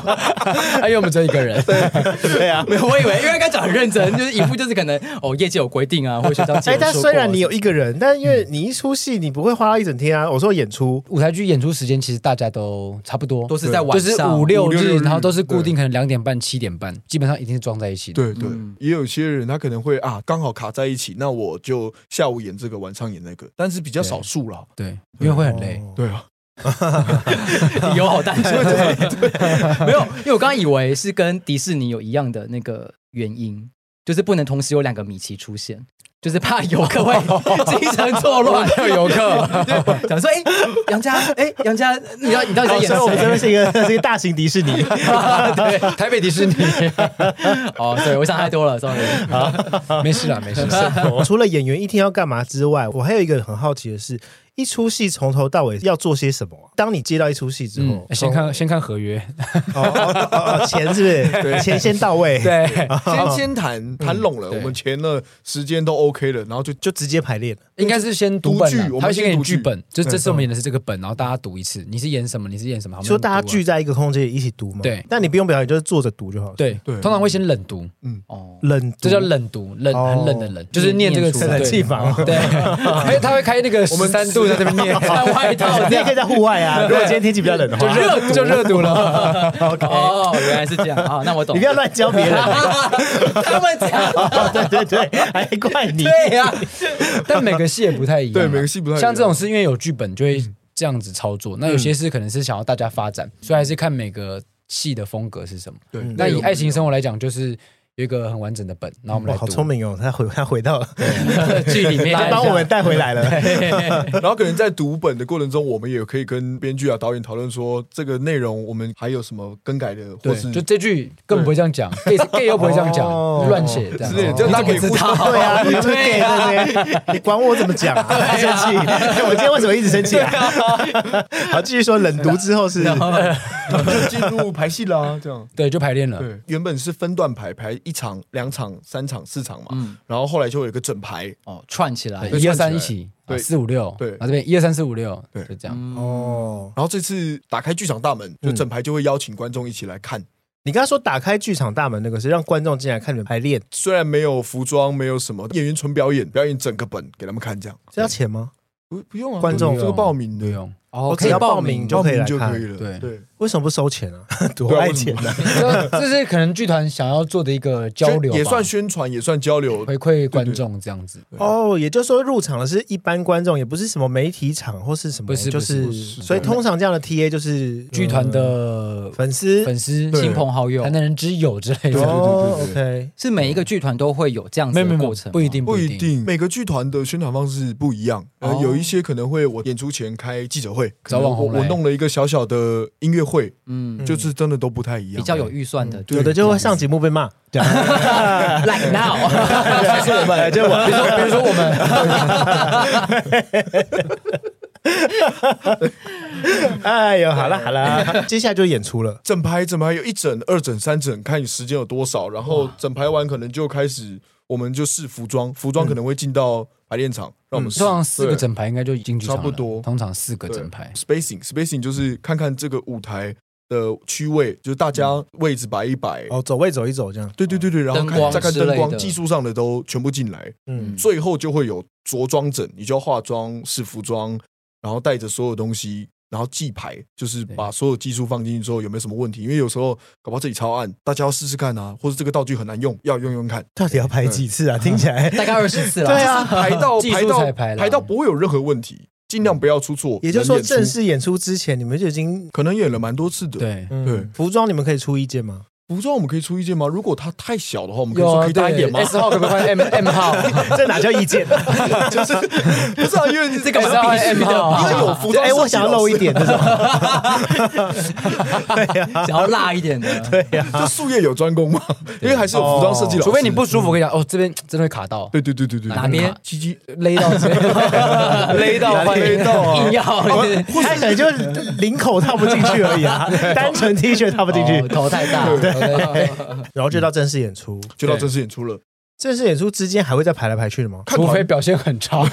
Speaker 4: 哎呦，我们只有一个人，
Speaker 1: 对啊，
Speaker 2: 没有， 我以为因为刚讲很认真，就是一副就是可能哦，业界有规定啊，或者学长姐
Speaker 1: 哎，
Speaker 2: 有
Speaker 1: 但
Speaker 2: 说
Speaker 1: 虽
Speaker 2: 过啊
Speaker 1: 然你有一个人，但因为你一出戏，你不会花到一整天啊。我说演出，
Speaker 4: 舞台剧演出时间其实大家都差不多，
Speaker 2: 都是在晚
Speaker 4: 就是
Speaker 2: 上
Speaker 4: 五六
Speaker 3: 五六
Speaker 4: 日，
Speaker 3: 日
Speaker 4: 然后都是固定，可能两点半、七点半，基本上一定是撞在一起的。
Speaker 3: 对对，
Speaker 1: 嗯
Speaker 3: 也有些人他可能会啊，刚好卡在一起，那我就下午演这个，晚上演那个，但是比较少数啦。
Speaker 4: 对，因为会很累。
Speaker 1: 哦
Speaker 3: 对啊，
Speaker 2: 理 由好单纯，没有，因为我刚刚以为是跟迪士尼有一样的那个原因，就是不能同时有两个米奇出现，就是怕游 客会精神错乱。
Speaker 4: 游客，
Speaker 2: 对 想说，哎、杨家，哎、杨家，你到你到底在演
Speaker 1: 哦所以我们这
Speaker 2: 谁？
Speaker 1: 边是一个 是一个大型迪士 尼。
Speaker 2: 对，
Speaker 4: 台北迪士尼，
Speaker 2: 哦，对我想太多了，sorry。
Speaker 4: 没事啦，没事啦。
Speaker 1: 除了演员一天要干嘛之外，我还有一个很好奇的是，一出戏从头到尾要做些什么啊、当你接到一出戏之
Speaker 2: 嗯哎
Speaker 1: 后，
Speaker 4: 嗯先看先看合约，
Speaker 1: 哦哦哦哦钱是 不是？钱先到位，，
Speaker 4: 对，
Speaker 3: 先 先谈
Speaker 1: 嗯
Speaker 3: 谈拢了，
Speaker 4: 对
Speaker 3: 我们钱了，时间都 OK 了，然后就
Speaker 1: 就直接排练了。
Speaker 4: 应该是先读本
Speaker 3: 读剧
Speaker 4: 啦，
Speaker 3: 我们
Speaker 4: 他会先给
Speaker 3: 先
Speaker 4: 你
Speaker 3: 读剧
Speaker 4: 剧本，就这次
Speaker 1: 嗯
Speaker 4: 我们演的是这个本，然后大家读一次，你是演什么，你是演什么，好
Speaker 1: 说大家聚
Speaker 4: 剧
Speaker 1: 在一个空间里一起读嘛。
Speaker 4: 对
Speaker 1: 但你不用表演，就是坐着读就好了。，
Speaker 4: 对，
Speaker 3: 对
Speaker 4: 通常会先冷读，
Speaker 2: 哦，
Speaker 1: 冷读
Speaker 4: 这叫冷读，冷
Speaker 1: 哦
Speaker 4: 很冷的冷，就是念这个
Speaker 2: 念
Speaker 4: 词，
Speaker 2: 出来
Speaker 1: 冷气
Speaker 4: 对，
Speaker 1: 房。
Speaker 4: 对，还有他会开那个
Speaker 3: 们
Speaker 4: 十三度在这边念，
Speaker 2: 穿 外套
Speaker 1: 哦你
Speaker 2: 这
Speaker 1: 也
Speaker 2: 样
Speaker 1: 可以在户外啊，如果今天天气比较冷的
Speaker 4: 就
Speaker 1: 话。
Speaker 4: 热就热读了，
Speaker 1: OK，
Speaker 2: 哦，原来是这样啊、哦那我懂。
Speaker 1: 你不要乱教 别人。
Speaker 2: 他们讲。
Speaker 1: 哦对对对，还怪你。
Speaker 4: 对呀， 但每个戏也不太一样啊，
Speaker 3: 对每个戏不太一样嗯
Speaker 4: 像这种是因为有剧本就会这样子操作，那有些是可能是想要大家发展，所以还是看每个戏的风格是什么。
Speaker 3: 嗯
Speaker 1: 嗯
Speaker 3: 对。
Speaker 4: 那以爱情
Speaker 3: 生
Speaker 4: 生活来讲，就是有一个很完整的本，然后我们
Speaker 1: 哇，
Speaker 4: 来
Speaker 3: 嗯
Speaker 1: 好
Speaker 4: 读。
Speaker 1: 聪明哦！他回他回到了，
Speaker 2: 剧里面
Speaker 4: 啊
Speaker 1: 他帮我们带回来了。
Speaker 3: 然后可能在读本的过程中，我们也可以跟编剧啊、导演讨论说，这个内容我们还有什么更改的，或
Speaker 4: 对
Speaker 3: 是，
Speaker 4: 就这句更不会这样 讲，gay gay 又不会这样讲
Speaker 1: 哦，
Speaker 4: 乱写这样
Speaker 3: 之类的，就大家可以互相
Speaker 1: 对啊，你就是 gay 对不 对？你管我怎么讲啊？还生气？我今天为什么一直生气啊？好，继续说冷读之后是
Speaker 4: 啊
Speaker 3: 就进入排戏啦，这 样。
Speaker 4: 对，就排练了。
Speaker 3: 对，原本是分段排，排一场、两场、三场、四场
Speaker 4: 嗯
Speaker 3: 嘛，然后后来就有一个整排，
Speaker 2: 嗯哦串起来
Speaker 4: 对，
Speaker 1: 哎
Speaker 3: 对
Speaker 4: 一二
Speaker 3: 算
Speaker 4: 三
Speaker 3: 起来
Speaker 4: 一起，啊
Speaker 3: 对
Speaker 4: 四五六，
Speaker 3: 对
Speaker 4: 然后这边一二三四五六，
Speaker 3: 对嗯
Speaker 4: 就这样。
Speaker 1: 哦。
Speaker 3: 然后这次打开剧场大门，
Speaker 4: 嗯
Speaker 3: 就整排就会邀请观众一起来看。
Speaker 1: 你刚刚说打开剧场大门那个是让观众进来看你们排练，
Speaker 3: 虽然没有服装，没有什么演员纯表演，表演整个本给他们看，这样
Speaker 1: 是要钱吗？
Speaker 3: 不不用啊，
Speaker 1: 观众
Speaker 3: 这个报名
Speaker 4: 不
Speaker 3: 的，
Speaker 4: 用，
Speaker 2: 哦
Speaker 1: 只要报名就啊
Speaker 3: 报
Speaker 1: 可以
Speaker 3: 名
Speaker 1: 来
Speaker 3: 就可以
Speaker 1: 看。
Speaker 3: 了。
Speaker 4: 对
Speaker 3: 对，
Speaker 1: 为什么不收钱 啊？多
Speaker 3: 对啊
Speaker 1: 爱
Speaker 3: 为什
Speaker 1: 钱
Speaker 3: 么
Speaker 1: 啊！
Speaker 4: 这 这是可能剧团想要做的一个交流吧，哎
Speaker 3: 也算宣传，也算交流。
Speaker 4: 回馈观众这样子。
Speaker 1: 哦，也就是说入场的是一般观众，也不是什么媒体场或是什么，
Speaker 4: 不是
Speaker 1: 就
Speaker 4: 不是
Speaker 1: 所以通常这样的 TA 就是
Speaker 4: 剧团
Speaker 1: 呃
Speaker 4: 的
Speaker 1: 粉丝。
Speaker 4: 粉丝、
Speaker 3: 对
Speaker 2: 亲朋好友
Speaker 4: 台，南人之 友之类的，
Speaker 1: 哦
Speaker 3: 对对对
Speaker 1: ，OK，
Speaker 2: 是每一个剧团都会有这样
Speaker 4: 没
Speaker 2: 子
Speaker 4: 有没
Speaker 2: 的
Speaker 4: 有没
Speaker 2: 过
Speaker 4: 有
Speaker 2: 程吗，
Speaker 4: 不一定，
Speaker 3: 不
Speaker 4: 一
Speaker 3: 一。定，每个剧团的宣传方式不一样。呃，
Speaker 2: 哦
Speaker 3: 有一些可能会我演出前开记者会，
Speaker 4: 找网红
Speaker 3: 可能我我
Speaker 4: 来
Speaker 3: 弄了一个小小的音乐会，
Speaker 2: 嗯，
Speaker 3: 就是真的都不太一样。
Speaker 2: 比较有预算的，
Speaker 1: 有的 就会上节目被骂，这样
Speaker 2: like now，
Speaker 1: 是我们， 就我
Speaker 4: 比如说，比如说我们，
Speaker 1: 哎呦，好了好了， 接下来就演出了。
Speaker 3: 整排整排有一整、二整、三整，看你时间有多少。然后整排完可能就开始，我们就试服装，服装可能会进到排练场，让我们试。
Speaker 4: 嗯通常四个
Speaker 3: 对
Speaker 4: 整排应该就进剧场
Speaker 3: 差
Speaker 4: 了
Speaker 3: 不多
Speaker 4: 通常四个
Speaker 3: 对
Speaker 4: 整排。
Speaker 3: spacing spacing 就是看看这个舞台的区位，就是大
Speaker 4: 嗯
Speaker 3: 家位置摆一摆。
Speaker 1: 哦，走位走一走这样，
Speaker 3: 对对对对，然后
Speaker 2: 灯
Speaker 3: 看
Speaker 2: 光
Speaker 3: 再看
Speaker 2: 之类
Speaker 3: 灯光
Speaker 2: 的
Speaker 3: 技术上的都全部进来，
Speaker 1: 嗯，
Speaker 3: 最后就会有着装整，你就要化妆、试服装，然后带着所有东西，然后记牌，就是
Speaker 4: 对
Speaker 3: 把所有技术放进去之后有没有什么问题？因为有时候搞不好这里超暗，大家要试试看啊，或者这个道具很难用，要用用看。
Speaker 1: 到底要拍几次啊？听起来，
Speaker 2: 大概二十次了，
Speaker 1: 对啊，
Speaker 3: 排到
Speaker 4: 技术
Speaker 3: 排到
Speaker 4: 彩排啦
Speaker 3: 排到不会有任何问题，尽量不要出错。
Speaker 1: 也就是说
Speaker 3: 能演出
Speaker 1: 正式演出之前，你们就已经，
Speaker 3: 可能演了蛮多次的，
Speaker 4: 对，
Speaker 1: 嗯
Speaker 3: 对
Speaker 1: 服装你们可以出意见 吗？
Speaker 3: 服装我们可以出意见吗？如果它太小的话，我们可以
Speaker 4: 有
Speaker 3: 说
Speaker 4: 啊
Speaker 3: 可以大一点吗
Speaker 4: 对？？S 号可不可以换 M M 号？
Speaker 1: 这哪叫意 见？
Speaker 3: 就是不是啊，因为这
Speaker 4: 个是必须的吧
Speaker 3: 因为有服
Speaker 1: 就
Speaker 3: 装，
Speaker 1: 哎，我想要露一，点这种，
Speaker 2: 想要辣一点的，对，
Speaker 3: 就术业有专攻嘛，因为还是有服装设计老师，
Speaker 4: 除非你不舒服，我跟你讲，哦，这边真的会卡到，
Speaker 3: 对对对对对，
Speaker 2: 哪 边
Speaker 3: 鸡鸡
Speaker 4: 勒到这边，勒到换
Speaker 3: 勒到啊
Speaker 2: 硬要
Speaker 1: 他可能就领口套不进去而已 啊，单纯 T 恤套不进去，
Speaker 2: 哦头太大，
Speaker 1: 然后就到正式演出。
Speaker 3: 就到正式演出了，
Speaker 1: 正式演出之间还会再排来排去的吗？
Speaker 4: 除非表现很差，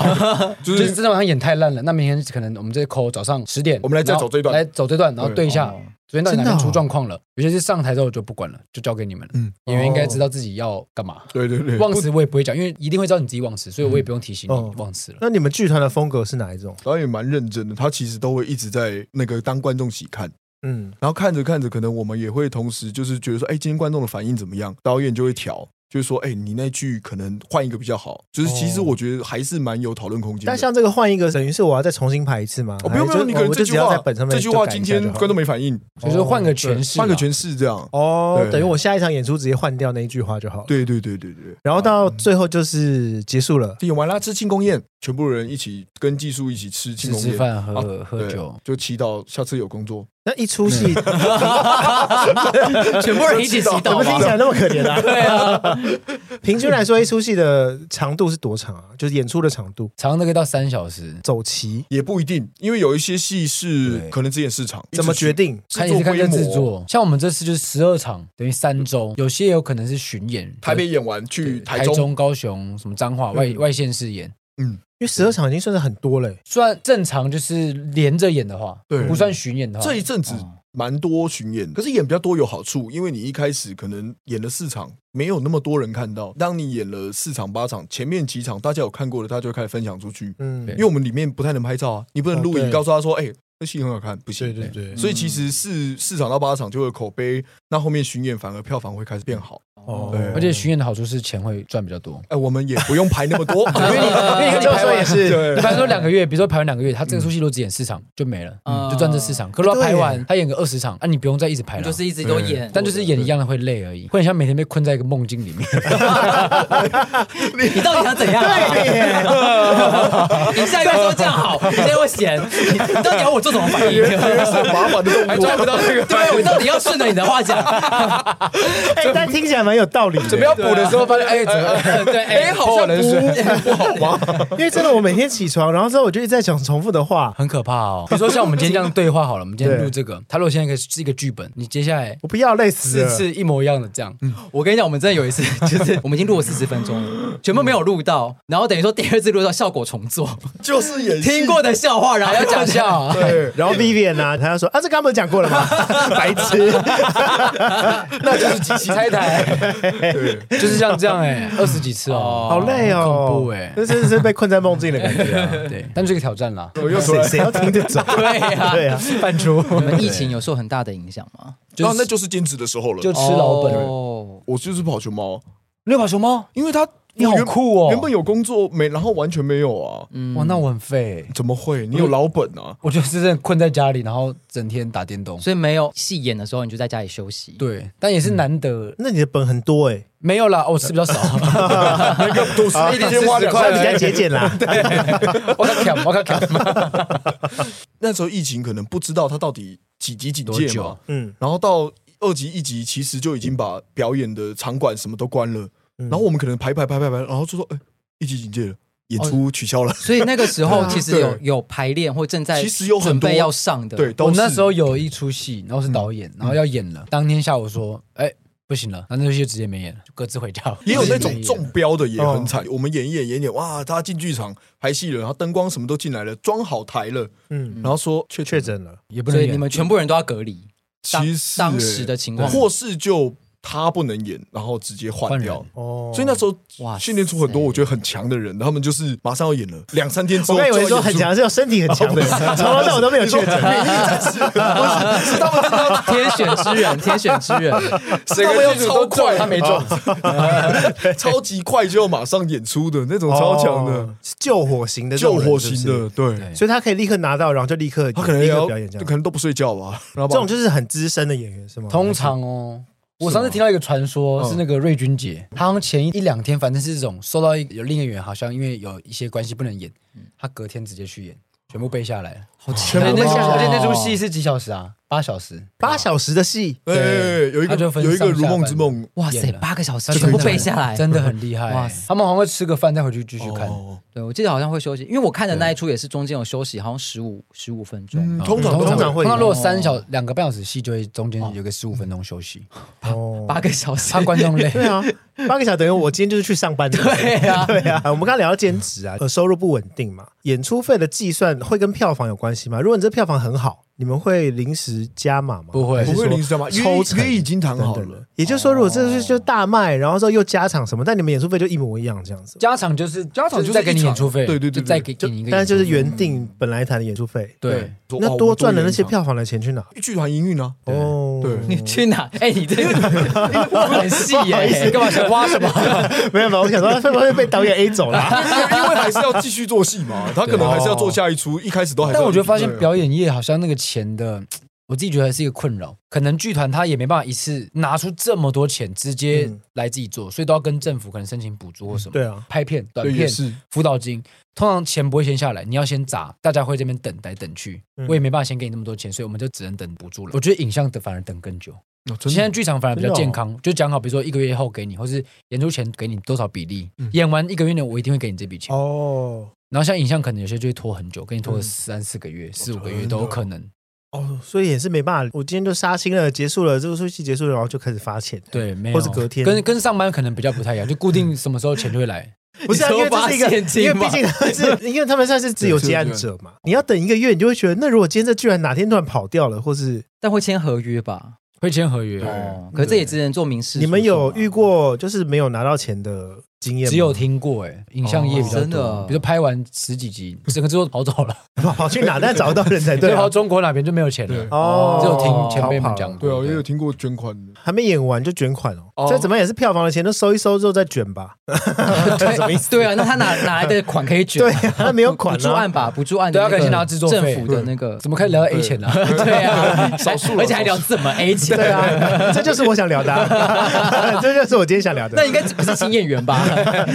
Speaker 3: 就
Speaker 4: 就是
Speaker 3: 是
Speaker 4: 真的晚上演太烂了。那明天可能我们这扣早上十点，
Speaker 3: 我们来再
Speaker 4: 然后
Speaker 3: 走这一段
Speaker 4: 来走这段，然后对一下
Speaker 2: 对哦
Speaker 4: 昨天到底
Speaker 1: 真
Speaker 4: 哪边
Speaker 1: 的哦
Speaker 4: 出状况了。有些是上台之后就不管了，就交给你们了。
Speaker 3: 嗯
Speaker 4: 演员应该知道自己要干嘛。
Speaker 3: 对对对，
Speaker 4: 忘词我也不会讲，因为一定会知道你自己忘词，所以我也不用提醒
Speaker 1: 嗯哦
Speaker 4: 你忘词了。
Speaker 1: 那你们剧团的风格是哪一种？
Speaker 3: 导演蛮认真的，他其实都会一直在那个当观众席看。
Speaker 1: 嗯，
Speaker 3: 然后看着看着，可能我们也会同时就是觉得说，哎，今天观众的反应怎么样？导演就会调，就是说，哎、你那句可能换一个比较好。就是其实我觉得还是蛮有讨论空间的。
Speaker 1: 哦但像这个换一个，等于是我要再重新排一次吗？
Speaker 3: 哦，不用不
Speaker 1: 还是
Speaker 3: 用，你可能
Speaker 1: 我
Speaker 3: 这
Speaker 1: 就只
Speaker 3: 句
Speaker 1: 要在
Speaker 3: 话
Speaker 1: 本上面
Speaker 3: 这句话
Speaker 1: 就改
Speaker 3: 今
Speaker 1: 一下
Speaker 3: 天
Speaker 1: 就好啊
Speaker 3: 观众没反应，
Speaker 4: 就是换个诠释，
Speaker 3: 换个诠释这样。
Speaker 1: 哦，
Speaker 3: 对
Speaker 1: 等于我下一场演出直接换掉那一句话就好了。
Speaker 3: 对对对对对。
Speaker 1: 然后到最后就是结束了，
Speaker 3: 演完啦，吃庆功宴，全部人一起跟技术一起吃庆
Speaker 4: 吃
Speaker 3: 功
Speaker 4: 吃
Speaker 3: 宴，
Speaker 4: 饭喝喝
Speaker 3: 对
Speaker 4: 酒，，
Speaker 3: 就祈祷下次有工作。
Speaker 1: 那一出 戏
Speaker 2: 全部人一起洗
Speaker 1: 怎
Speaker 2: 澡
Speaker 1: 么听起
Speaker 2: 吗？
Speaker 1: 来那么可 怜啊？
Speaker 2: 对啊，
Speaker 1: 平均来说，一出戏的长度是多长啊？就是演出的长度，
Speaker 4: 长的可以到三小时，
Speaker 1: 走齐
Speaker 3: 也不一定，因为有一些戏是
Speaker 4: 对
Speaker 3: 可能只演市场，
Speaker 4: 嗯
Speaker 1: 怎么决定？
Speaker 4: 看
Speaker 3: 制
Speaker 4: 也
Speaker 3: 作
Speaker 4: 是看
Speaker 3: 规
Speaker 4: 这制
Speaker 3: 模。
Speaker 4: 作。像我们这次就是十二场，等于三周，有些有可能是巡演，
Speaker 3: 台北演完去
Speaker 4: 对
Speaker 3: 台
Speaker 4: 台
Speaker 3: 中，
Speaker 4: 中、高雄、什么彰化外
Speaker 1: 嗯
Speaker 4: 外县市演。
Speaker 1: 因为十二场已经算是很多了欸、
Speaker 4: 虽然正常就是连着演的话，
Speaker 3: 对
Speaker 4: 不算巡演的话，
Speaker 3: 这一阵子
Speaker 4: 哦
Speaker 3: 蛮多巡演，可是演比较多有好处，因为你一开始可能演了四场，没有那么多人看到。当你演了四场八场，前面几场大家有看过的，他就会开始分享出去。
Speaker 1: 嗯，
Speaker 4: 对
Speaker 3: 因为我们里面不太能拍照啊，你不能录
Speaker 1: 哦
Speaker 3: 影
Speaker 1: 对
Speaker 3: 告诉他说，哎，那戏很好看，不行。
Speaker 1: 对对
Speaker 3: 所以其实四四场到八场就会有口碑，那后面巡演反而票房会开始变好。
Speaker 1: 哦
Speaker 3: 对
Speaker 4: 而 且巡演的好处是钱会赚比较多。
Speaker 3: 哎，我们也不用排那么多，因为你
Speaker 4: 因为你
Speaker 1: 教授
Speaker 4: 排完
Speaker 1: 也是
Speaker 4: 你
Speaker 3: 对
Speaker 4: 反正说两个月，比如说排完两个月，他这个出戏都只演四场就没了，
Speaker 2: 嗯
Speaker 4: 就赚这四场。可是他
Speaker 1: 对耶
Speaker 4: 排完，他演个二十场，啊，你不用再一直排
Speaker 2: 你
Speaker 4: 了，
Speaker 2: 就是一直都演，
Speaker 4: 但就是演一样的会累而已，会很像每天被困在一个梦境里 面。
Speaker 2: 你到底想怎样啊？
Speaker 1: 哎
Speaker 2: 你下一个说这样好，你现在会嫌，你到底要我做什么反应？
Speaker 3: 很麻烦的动
Speaker 4: 哎
Speaker 3: 作，抓不到那个
Speaker 4: 啊
Speaker 2: 对我到底要顺着你的话讲？
Speaker 1: 哎、但听起来蛮有道理的。
Speaker 4: 准备要补的时候，发现哎，怎么
Speaker 2: 对，哎，好像
Speaker 4: 冷
Speaker 2: 不
Speaker 4: 水，
Speaker 1: 因为真的，我每天起床，然后之后我就一直在讲重复的话，
Speaker 4: 很可怕哦。比如说像我们今天这样对话好了，我们今天
Speaker 1: 对
Speaker 4: 录这个，他如果现在一个是一个剧本，你接下来
Speaker 1: 我不要累死
Speaker 4: 四
Speaker 1: 了。
Speaker 4: 次一模一样的这样，
Speaker 2: 我跟你讲，我们真的有一次，就是我们已经录了 四十分钟了，全部没有录到，然后等于说第二次录到效果重做，
Speaker 3: 就是演戏
Speaker 2: 听过的笑话，然后
Speaker 4: 还
Speaker 2: 要
Speaker 4: 要讲
Speaker 2: 讲
Speaker 4: 笑啊。
Speaker 3: 对，
Speaker 1: 然后 Vivian 呢、啊，他就说啊，这刚刚不是讲过了吗？ 白痴，
Speaker 4: 那就是机器拆台，
Speaker 3: 对，
Speaker 4: 就是像这样哎，二十几次哦，
Speaker 1: 好累哦，
Speaker 4: 恐怖哎
Speaker 1: 这真的是被困在梦境的感觉、啊。
Speaker 4: 对，但是一个挑战啦。
Speaker 3: 我又说
Speaker 1: 谁
Speaker 3: 来，
Speaker 1: 谁要听得懂？
Speaker 2: 对呀，
Speaker 1: 对啊，
Speaker 4: 犯出
Speaker 2: 你们疫情有受很大的影响吗？
Speaker 3: 然啊后那就是兼职的时候了。
Speaker 4: 就吃老本。
Speaker 2: 哦
Speaker 3: 我就是跑熊猫，
Speaker 4: 六把熊猫，
Speaker 3: 因为他
Speaker 4: 你好
Speaker 3: 我原
Speaker 4: 酷哦嗯
Speaker 3: 原本有工作没，然后完全没有啊，
Speaker 4: 哇，那我很废欸。
Speaker 3: 怎么会？你有老本啊？
Speaker 4: 我就是真的困在家里，然后整天打电动。
Speaker 2: 所以没有戏演的时候，你就在家里休息。
Speaker 4: 对，但也是难得，
Speaker 1: 那你的本很多哎、
Speaker 4: 没有啦，我吃比较少，
Speaker 3: 那个都
Speaker 4: 啊
Speaker 3: 是一天花两
Speaker 1: 快你
Speaker 3: 块
Speaker 4: 40
Speaker 1: 该节
Speaker 3: 钱。
Speaker 1: 俭啦。
Speaker 4: 我靠砍，我靠砍，
Speaker 3: 那时候疫情可能不知道它到底几级警戒
Speaker 4: 多久
Speaker 3: 嘛
Speaker 4: 啊，
Speaker 1: 嗯，
Speaker 3: 然后到二级、一级，其实就已经把表演的场馆什么都关了，
Speaker 1: 然
Speaker 3: 然后我们可能排排排排排，然后就说，哎，一级警戒了，演出取消了。
Speaker 2: 所以那个时候其实
Speaker 3: 对
Speaker 2: 有有排练或正在
Speaker 3: 其实有
Speaker 2: 准
Speaker 3: 很多
Speaker 2: 备要上的，
Speaker 3: 对，，都
Speaker 4: 我
Speaker 3: 是
Speaker 4: 那时候有一出戏，然后是导演，然后要演了，当天下午说，哎，不行了，那那出戏就直接没演了，就各自回家 了。
Speaker 3: 也有那
Speaker 4: 直接没
Speaker 3: 种
Speaker 4: 演
Speaker 3: 中标的也很惨，我们演一演演一演，哇，他进剧场排戏了，然后灯光什么都进来了，装好台了，
Speaker 1: 嗯，
Speaker 3: 然后说确
Speaker 1: 确诊了，
Speaker 4: 也不
Speaker 2: 所
Speaker 4: 能
Speaker 2: 以你
Speaker 4: 演。
Speaker 2: 们全部人都要隔离。当
Speaker 3: 其实
Speaker 2: 当时的情况
Speaker 3: 或是就他不能演，然后直接换掉
Speaker 4: 换。
Speaker 1: 哦，
Speaker 3: 所以那时
Speaker 2: 哇
Speaker 3: 候训练出很多
Speaker 2: 塞
Speaker 3: 我觉得很强的人，他们就是马上要演了，两三天之
Speaker 1: 我
Speaker 3: 后
Speaker 1: 刚以
Speaker 3: 就要
Speaker 1: 为
Speaker 3: 演
Speaker 1: 说很
Speaker 3: 出，
Speaker 1: 强是有身体很强的， 从头到尾都没有确诊。
Speaker 2: 是他们真的天选之人，天选之人，
Speaker 3: 是他们要超快，啊
Speaker 4: 他没中，
Speaker 2: 哦
Speaker 3: 超级快就要马上演出的 那种超强的
Speaker 1: 哦，是救火型的这
Speaker 3: 救
Speaker 1: 种人，
Speaker 3: 火型
Speaker 1: 是不
Speaker 3: 的，对
Speaker 4: 对
Speaker 1: 是，所以他可以立刻拿到，然后就立刻
Speaker 3: 他可能
Speaker 1: 立刻
Speaker 3: 要
Speaker 1: 表演这样
Speaker 3: 可。能都不睡觉吧，然
Speaker 1: 这
Speaker 3: 后把
Speaker 1: 种就是很资深的演员是吗？
Speaker 4: 通常哦。我上次听到一个传说，
Speaker 2: 嗯
Speaker 4: 是那个瑞君姐，她好像前一两天，反正是这种收到一有另一个演员，好像因为有一些关系不能演，她隔天直接去演，全部背下来。
Speaker 2: 嗯好强
Speaker 4: 对，
Speaker 2: 哦！
Speaker 4: 那下而且那
Speaker 2: 出
Speaker 4: 出戏是几小时啊？八小时。
Speaker 1: 八小时的戏，
Speaker 3: 对，有一
Speaker 4: 他
Speaker 3: 个
Speaker 4: 就分
Speaker 3: 有一个
Speaker 4: 上
Speaker 3: 如
Speaker 4: 下
Speaker 3: 梦
Speaker 4: 班
Speaker 3: 之梦，
Speaker 2: 哇
Speaker 4: 演
Speaker 2: 塞，
Speaker 4: 了
Speaker 2: 八个小时
Speaker 4: 真的
Speaker 2: 全部
Speaker 4: 很
Speaker 2: 背下来，
Speaker 4: 真的很厉害。
Speaker 2: 哇
Speaker 4: 哇
Speaker 2: 塞
Speaker 4: 他们好像会吃个饭再回去继续看。
Speaker 3: 哦
Speaker 2: 对，我记得好像会休息，因为我看的那一出也是中间有休息，好像十五十五分钟
Speaker 3: 嗯，。通常
Speaker 1: 嗯
Speaker 3: 都
Speaker 1: 通常会
Speaker 4: 通常如果三
Speaker 2: 哦
Speaker 4: 小两个半小时戏，就会中间有个十五分钟休息，
Speaker 1: 哦，
Speaker 2: 八个小时
Speaker 4: 怕，观众累。
Speaker 1: 对啊，八个小时等于我今天就是去上班的。
Speaker 2: 对啊，
Speaker 1: 对啊，我们刚刚聊到兼职啊，呃，收入不稳定嘛，演出费的计算会跟票房有关系吗？如果你这票房很好，你们会临时加码吗？
Speaker 4: 不会
Speaker 1: 还是
Speaker 3: 不会
Speaker 1: 说
Speaker 3: 临时干嘛？
Speaker 1: 抽
Speaker 3: 约
Speaker 1: 成
Speaker 3: 约已经谈好
Speaker 1: 等等
Speaker 3: 了
Speaker 1: 的。。也就是说，如果这是就大卖，然后之后又加场什么，但你们演出费就一模一样这样子，
Speaker 4: 家常就是家
Speaker 3: 常就是
Speaker 4: 再给
Speaker 3: 一
Speaker 4: 你
Speaker 3: 场
Speaker 4: 演出费，
Speaker 3: 对对对
Speaker 4: 就
Speaker 3: 对
Speaker 4: 再给
Speaker 1: 就
Speaker 4: 给你一个演出费，
Speaker 1: 但是就是原定本来谈的演出费。
Speaker 4: 对。
Speaker 3: 说
Speaker 1: 那
Speaker 3: 哦
Speaker 1: 多
Speaker 3: 我
Speaker 1: 赚的
Speaker 3: 演
Speaker 1: 那
Speaker 3: 一
Speaker 1: 些
Speaker 3: 场
Speaker 1: 票房的钱去哪？
Speaker 3: 剧团营运啊，
Speaker 1: 哦，
Speaker 3: 对
Speaker 2: 你去 哪？哎，你这个很细
Speaker 1: 不好意
Speaker 4: 哎
Speaker 2: 耶，
Speaker 1: 思
Speaker 2: 干嘛想挖什么？
Speaker 1: 没有没有，我想说会不会被导演 A 走了？
Speaker 3: 因为还是要继续做戏嘛，他可能还是要做下一出，一开始都还是
Speaker 4: 但
Speaker 3: 要。
Speaker 4: 我觉得发现
Speaker 3: 对啊
Speaker 4: 表演业好像那个钱的，我自己觉得还是一个困扰。可能剧团他也没办法一次拿出这么多钱直接
Speaker 1: 嗯
Speaker 4: 来自己做，所以都要跟政府可能申请补助或什么。
Speaker 1: 对啊，
Speaker 4: 拍片、短
Speaker 3: 对也
Speaker 4: 片、
Speaker 3: 是哦
Speaker 4: 辅导金，通常钱不会先下来，你要先砸，大家会这边等来等去，
Speaker 1: 嗯
Speaker 4: 我也没办法先给你那么多钱，所以我们就只能等补助了。我觉得影像的反而等更久，
Speaker 3: 哦真的
Speaker 4: 现在剧场反而比较
Speaker 1: 真的哦
Speaker 4: 健康，就讲好，比如说一个月后给你，或是演出前给你多少比例，演完一个月呢，我一定会给你这笔钱。
Speaker 1: 嗯哦
Speaker 4: 然后像影像可能有些就会拖很久，给你拖
Speaker 1: 嗯
Speaker 4: 个三四个月、四五个月
Speaker 3: 真的
Speaker 4: 都
Speaker 3: 哦
Speaker 4: 有可能。
Speaker 1: 哦，所以也是没办法，我今天就杀青了，结束了，这个出戏结束了，然后就开始发钱。，
Speaker 4: 对，没有。
Speaker 1: 或是隔天
Speaker 4: 跟跟上班可能比较不太一样，就固定什么时候钱就会来。
Speaker 1: 不是、啊、
Speaker 2: 你
Speaker 1: 因
Speaker 2: 说
Speaker 1: 为这是一个
Speaker 2: 发现，金
Speaker 1: 因为
Speaker 2: 吗
Speaker 1: 毕竟他们是，因为他们算是自由接案者嘛。你要等一个月，你就会觉得，那如果今天这居然哪天突然跑掉了，或是
Speaker 2: 但会签合约吧？
Speaker 4: 会签合约，
Speaker 2: 哦，可是这也只能做民事诉讼啊。
Speaker 1: 你们有遇过就是没有拿到钱的经验吗？
Speaker 4: 只有听过哎、影像业比较
Speaker 2: 哦真
Speaker 4: 多，
Speaker 2: 的
Speaker 4: 比如说拍完十几集，整个制作跑走了，
Speaker 1: 跑去哪，但找不到人 才对、
Speaker 4: 然
Speaker 1: 啊
Speaker 4: 后。中国哪边就没有钱
Speaker 3: 对
Speaker 4: 了。
Speaker 1: 哦，
Speaker 4: 只有听前辈
Speaker 1: 逃
Speaker 4: 们
Speaker 1: 跑
Speaker 4: 讲过，
Speaker 3: 对啊，也有听过捐款的，
Speaker 1: 还没演完就卷款哦，
Speaker 3: 哦
Speaker 1: 这怎么样也是票房的钱都收一收之后再卷吧。
Speaker 2: 对对啊，那他哪哪来的款可以卷？
Speaker 1: 对啊，他没有款
Speaker 2: 补助
Speaker 1: 啊
Speaker 2: 案。吧，补助案
Speaker 4: 对
Speaker 2: 的
Speaker 4: 啊
Speaker 2: 那
Speaker 4: 可以
Speaker 2: 个
Speaker 4: 先拿制作
Speaker 2: 政
Speaker 4: 费
Speaker 2: 府的那个
Speaker 4: 怎么 开始聊到 A 钱 了、啊？
Speaker 2: 对啊，
Speaker 3: 少数了
Speaker 2: 而且还聊怎么 A 钱。
Speaker 1: 对，啊，这就是我想聊的啊、这就是我今天想聊的。
Speaker 2: 那应该不是请演员吧？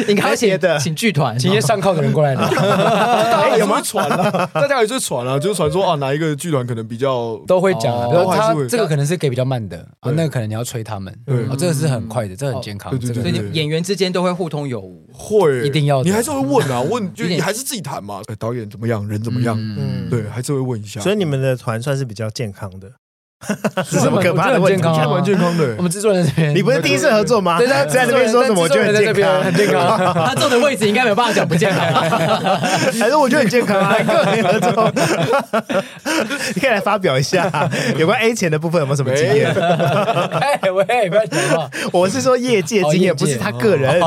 Speaker 2: 应该要
Speaker 1: 别
Speaker 2: 请
Speaker 1: 的
Speaker 2: 请剧团，
Speaker 4: 请一些上铐的人过来拿，
Speaker 3: 大 家还是会传啊，大家还是会传啊，就是传说啊，哪一个剧团可能比较
Speaker 4: 都会讲、啊。
Speaker 2: 哦
Speaker 4: 比如说
Speaker 3: 还
Speaker 4: 他
Speaker 3: 是会
Speaker 4: 这个可能是给比较慢的，啊，
Speaker 3: 对
Speaker 4: 那个可能你要催他们。
Speaker 3: 对
Speaker 4: 哦，这个是很快的，这个很健康
Speaker 3: 哦，对
Speaker 4: 这
Speaker 3: 对
Speaker 4: 个
Speaker 2: 所以
Speaker 3: 对
Speaker 2: 你演员之间都会互通有 无。
Speaker 3: 会
Speaker 4: 一定要的
Speaker 3: 你还是会问啊， 问就
Speaker 2: 有点
Speaker 3: 你还是自己谈嘛，呃导演怎么样，人怎么样，
Speaker 1: 嗯
Speaker 3: 对，还是会问一下。
Speaker 1: 所以你们的团算是比较健康的，是
Speaker 4: 我
Speaker 1: 什么
Speaker 4: 们
Speaker 1: 可怕的
Speaker 4: 我觉
Speaker 1: 问
Speaker 4: 得很健
Speaker 1: 题？
Speaker 4: 康啊
Speaker 3: 还蛮健康的欸
Speaker 4: 我，们制作人这边，
Speaker 1: 你不是第一次合作吗？
Speaker 4: 对他
Speaker 1: 在这边说什么，我
Speaker 4: 制
Speaker 1: 觉
Speaker 4: 作
Speaker 1: 得很
Speaker 4: 人在这
Speaker 1: 健
Speaker 4: 边
Speaker 1: 康，
Speaker 4: 很健 康。
Speaker 2: 他坐的位置应该没有办法讲不健康 吧？
Speaker 1: 还是我觉得很健康啊，跟我没合作。 你可以来发表一下有关 A 钱的部分有没有什么经验？
Speaker 4: 哎喂，不要讲 话。
Speaker 1: 我是说业界经
Speaker 4: 哦
Speaker 1: 验，不是他个人。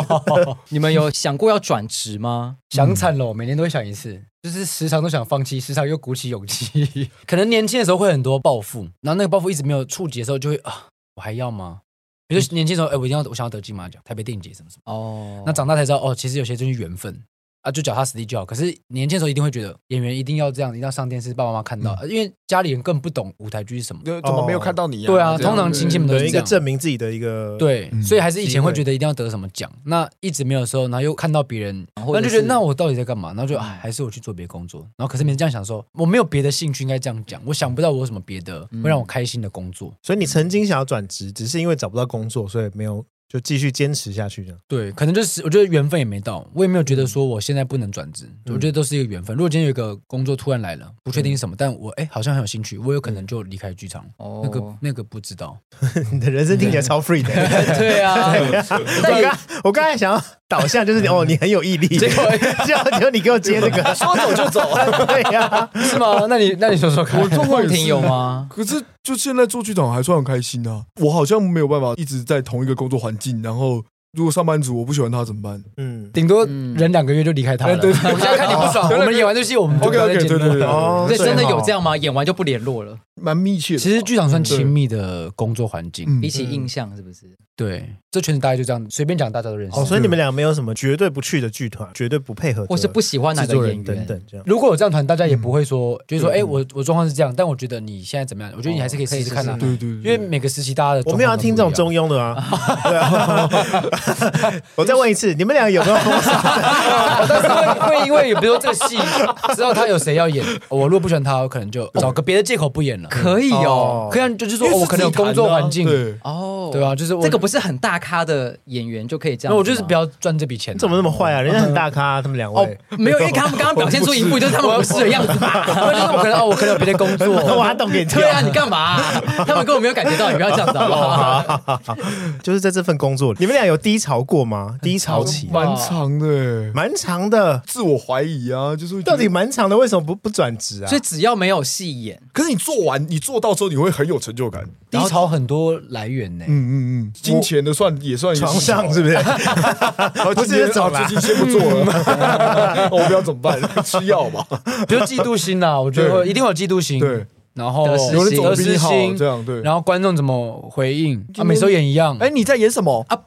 Speaker 2: 你们有想过要转职吗？
Speaker 4: 想惨了，我每年都会想一次，就是时常都想放弃，时常又鼓起勇气。 可能年轻的时候会很多抱负，然后那个抱负一直没有触及的时候，就会啊，我还要吗？比如说年轻的时候，哎、我一定要，我想要得金马奖、台北电影节什么什么。
Speaker 2: 哦，
Speaker 4: 那长大才知道，哦，其实有些就是缘分啊，就脚踏实地就好。可是年轻的时候一定会觉得，演员一定要这样，一定要上电视，爸爸妈妈看到，因为家里人更不懂舞台剧是什么。
Speaker 3: 就怎么没有看到你啊？
Speaker 4: 对啊，
Speaker 3: 这样
Speaker 4: 通常
Speaker 3: 对
Speaker 4: 亲戚们都
Speaker 1: 的
Speaker 4: 是
Speaker 1: 一
Speaker 4: 这
Speaker 1: 个
Speaker 4: 样。
Speaker 1: 证明自己的一个，
Speaker 4: 对，所以还是以前会
Speaker 1: 机会
Speaker 4: 觉得一定要得什么奖，那一直没有的时候，然后又看到别人，
Speaker 2: 或
Speaker 4: 那
Speaker 2: 者
Speaker 4: 就是觉得那我到底在干嘛？然后就哎，还是我去做别的工作。然后可是每次这样想说，我没有别的兴趣，应该这样讲，我想不到我有什么别的会让我开心的工作。
Speaker 1: 所以你曾经想要转职，只是因为找不到工作，所以没有就继续坚持下去这样。
Speaker 4: 对，可能就是我觉得缘分也没到，我也没有
Speaker 3: 嗯
Speaker 4: 觉得说我现在不能转职，我觉得都是一个缘分。如果今天有一个工作突然来了，不确定
Speaker 3: 嗯
Speaker 4: 是什么，但我哎好像很有兴趣，我有可能就离开剧场。
Speaker 2: 哦
Speaker 4: 那个那个不 知道，
Speaker 1: 你的人生听起来超 free 的。
Speaker 2: 对啊，
Speaker 1: 我刚我刚才想要导向就是你哦，你很有毅力，结果就就你给我接这 个，说走就走，对呀，
Speaker 4: 是吗？那你那你说说 看
Speaker 3: 我状况
Speaker 2: 凤
Speaker 3: 也
Speaker 2: 婷
Speaker 3: 是
Speaker 2: 有？吗？
Speaker 3: 可是就现在做剧场还算很开心啊，我好像没有办法一直在同一个工作环境，然后如果上班族我不喜欢他怎么办？
Speaker 1: 嗯，
Speaker 4: 顶多
Speaker 2: 嗯
Speaker 4: 忍两个月就离开他了。
Speaker 3: 哎对对对
Speaker 4: 我们现在 看你不爽，
Speaker 3: 对对对
Speaker 4: 我们演完这戏，我们就不
Speaker 3: OK
Speaker 4: 要再
Speaker 3: OK，
Speaker 4: 见
Speaker 3: 对对
Speaker 4: 面
Speaker 3: 对，
Speaker 4: 了。
Speaker 1: 哦
Speaker 2: 这真的有这
Speaker 1: 样？
Speaker 2: 样吗？演完就不联络了，
Speaker 3: 蛮密切的。
Speaker 4: 其实剧场算亲密的工作环境，
Speaker 3: 嗯
Speaker 2: 比起印象是不是？
Speaker 4: 对，这圈子大概就这样，随便讲大家都认识。
Speaker 1: 哦，所以你们俩没有什么绝对不去的剧团，绝对不配合的
Speaker 2: 或是不喜欢哪
Speaker 1: 制
Speaker 2: 个
Speaker 1: 作
Speaker 2: 演
Speaker 1: 人
Speaker 2: 员
Speaker 1: 等等这样。
Speaker 4: 如果有这样团，大家也不会说，就是说，
Speaker 3: 对
Speaker 4: 哎，我我状况是这样，但我觉得你现在怎么样？我觉得你还是可以试试看
Speaker 2: 哦
Speaker 4: 啊
Speaker 2: 可以，
Speaker 3: 对对，
Speaker 4: 因为每个时期大家的
Speaker 1: 我没有要听这种中 庸的啊！对啊 我再问一次，你们俩有没 有封杀？
Speaker 4: 啊，但是会会因为比如说这个戏，知道他有谁要演， 我如果不喜欢他，我可能就找个别的借口不演了。
Speaker 2: 可以哦，
Speaker 4: 可以啊，就是说
Speaker 3: 因为
Speaker 4: 哦
Speaker 3: 是
Speaker 4: 我可能有
Speaker 3: 自己谈
Speaker 4: 工
Speaker 3: 的
Speaker 4: 作
Speaker 3: 啊
Speaker 4: 环境，
Speaker 3: 对，
Speaker 2: 哦，
Speaker 4: 对啊，就是我
Speaker 2: 这个不是很大咖的演员就可以这样子
Speaker 4: 那
Speaker 2: 吗，
Speaker 4: 我就是不要赚这笔钱啊。
Speaker 1: 你怎么那么坏啊？人家很大咖啊，他们两
Speaker 2: 哦
Speaker 1: 位。，
Speaker 2: 没有，因为他们刚刚表现出一 副就是他们不是的样子吧？
Speaker 4: 就是我可能哦，我可能有别的 工作，
Speaker 1: 挖洞给你跳
Speaker 2: 对啊，你干嘛 啊？他们根本没有感觉到，你不要这样子好不 好？
Speaker 1: 就是在这份工作里，你们俩有低潮过吗？低潮期
Speaker 3: 蛮长的欸，
Speaker 1: 蛮长的，
Speaker 3: 自我怀疑啊，就是会觉
Speaker 1: 到
Speaker 3: 得
Speaker 1: 底蛮长的，为什么不不转职啊
Speaker 2: 所？以只要没有戏演，
Speaker 3: 可是你做完，你做到之后，你会很有成就感。
Speaker 4: 低潮很多来源呢。
Speaker 3: 嗯嗯嗯，金钱的算也算一个
Speaker 1: 床上是不 是？
Speaker 3: 然后
Speaker 1: 不
Speaker 3: 今
Speaker 1: 是
Speaker 3: 天
Speaker 1: 这种啦
Speaker 3: 啊最近先不做 了，我不知道怎么办，吃药吧。
Speaker 4: 比如嫉妒心呐、我觉得
Speaker 3: 对
Speaker 4: 会一定会有嫉妒心。
Speaker 3: 对，
Speaker 4: 然后
Speaker 2: 得失心
Speaker 3: 有人走得
Speaker 4: 得
Speaker 3: 比你
Speaker 4: 失
Speaker 3: 好，
Speaker 4: 心
Speaker 3: 这，样对。
Speaker 4: 然后观众怎么回应？啊，每次都演一样。
Speaker 3: 哎，你在演什么？
Speaker 2: 啊，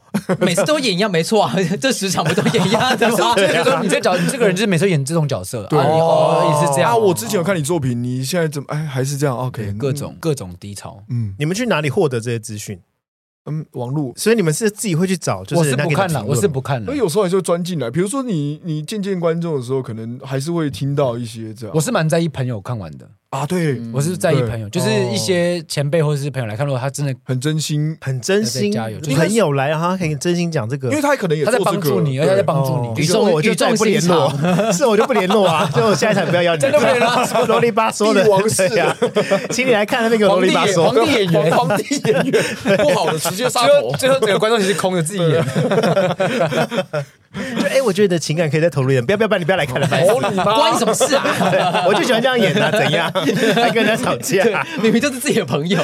Speaker 2: 每次都演一样，没错啊， 这十场不都演一样 的 吗？
Speaker 4: 就是说你这角，你这个人就是每次演这种角色，
Speaker 3: 对
Speaker 4: 啊你哦也是这样
Speaker 3: 啊，我之前有看你作品，你现在怎么？哎，还是这样？OK，
Speaker 4: 对
Speaker 3: 嗯
Speaker 4: 各种各种低潮。
Speaker 3: 嗯
Speaker 1: 你们去哪里获得这些资讯？
Speaker 3: 嗯，网络。
Speaker 1: 所以你们是自己会去找，就
Speaker 4: 我
Speaker 1: 是
Speaker 4: 是
Speaker 1: 人家
Speaker 4: 不
Speaker 1: 给你
Speaker 4: 看
Speaker 1: 的
Speaker 4: 了，
Speaker 1: 评
Speaker 4: 我
Speaker 1: 论
Speaker 4: 是
Speaker 1: 吗
Speaker 4: 不看了
Speaker 3: 那。有时候还是会钻进来，比如说你你见见观众的时候，可能还是会听到一些这样。
Speaker 4: 我是蛮在意朋友看完的，
Speaker 3: 啊，对，
Speaker 2: 嗯
Speaker 4: 我是在意朋友，
Speaker 3: 对哦
Speaker 4: 就是一些前辈或者是朋友来看，如果他真的
Speaker 3: 很真心，
Speaker 1: 很真心
Speaker 4: 再加油就，是
Speaker 1: 朋友来，然后他可以真心讲这个
Speaker 3: 因为。他可能也
Speaker 4: 他在
Speaker 3: 做这
Speaker 4: 帮助
Speaker 3: 个
Speaker 4: 你，而且他在帮助
Speaker 1: 哦
Speaker 4: 你
Speaker 2: 宇。
Speaker 1: 是
Speaker 2: 宙
Speaker 1: 我就
Speaker 2: 宇宙
Speaker 1: 再也不联络， 是我就不联络 啊，所以我下一场不要邀你，
Speaker 4: 真的不 联络
Speaker 1: 啰里吧嗦的，
Speaker 3: 帝王式
Speaker 1: 对呀，请你来看那个啰
Speaker 3: 哦
Speaker 4: 皇帝
Speaker 1: 里吧
Speaker 4: 演
Speaker 1: 嗦
Speaker 4: 皇，帝演员，
Speaker 3: 皇帝演员不好的直接杀
Speaker 4: 最
Speaker 3: 头
Speaker 4: 后。最后整个观众席是空的，自己演。
Speaker 1: 就哎，我觉得情感可以再投入一点，不要不要不要，你不要来看了，拜托
Speaker 3: 哦， 你妈！
Speaker 2: 关你什么事啊？
Speaker 1: 我就喜欢这样演啊，怎样？还跟人家吵架？
Speaker 2: 明明就是自己的朋友，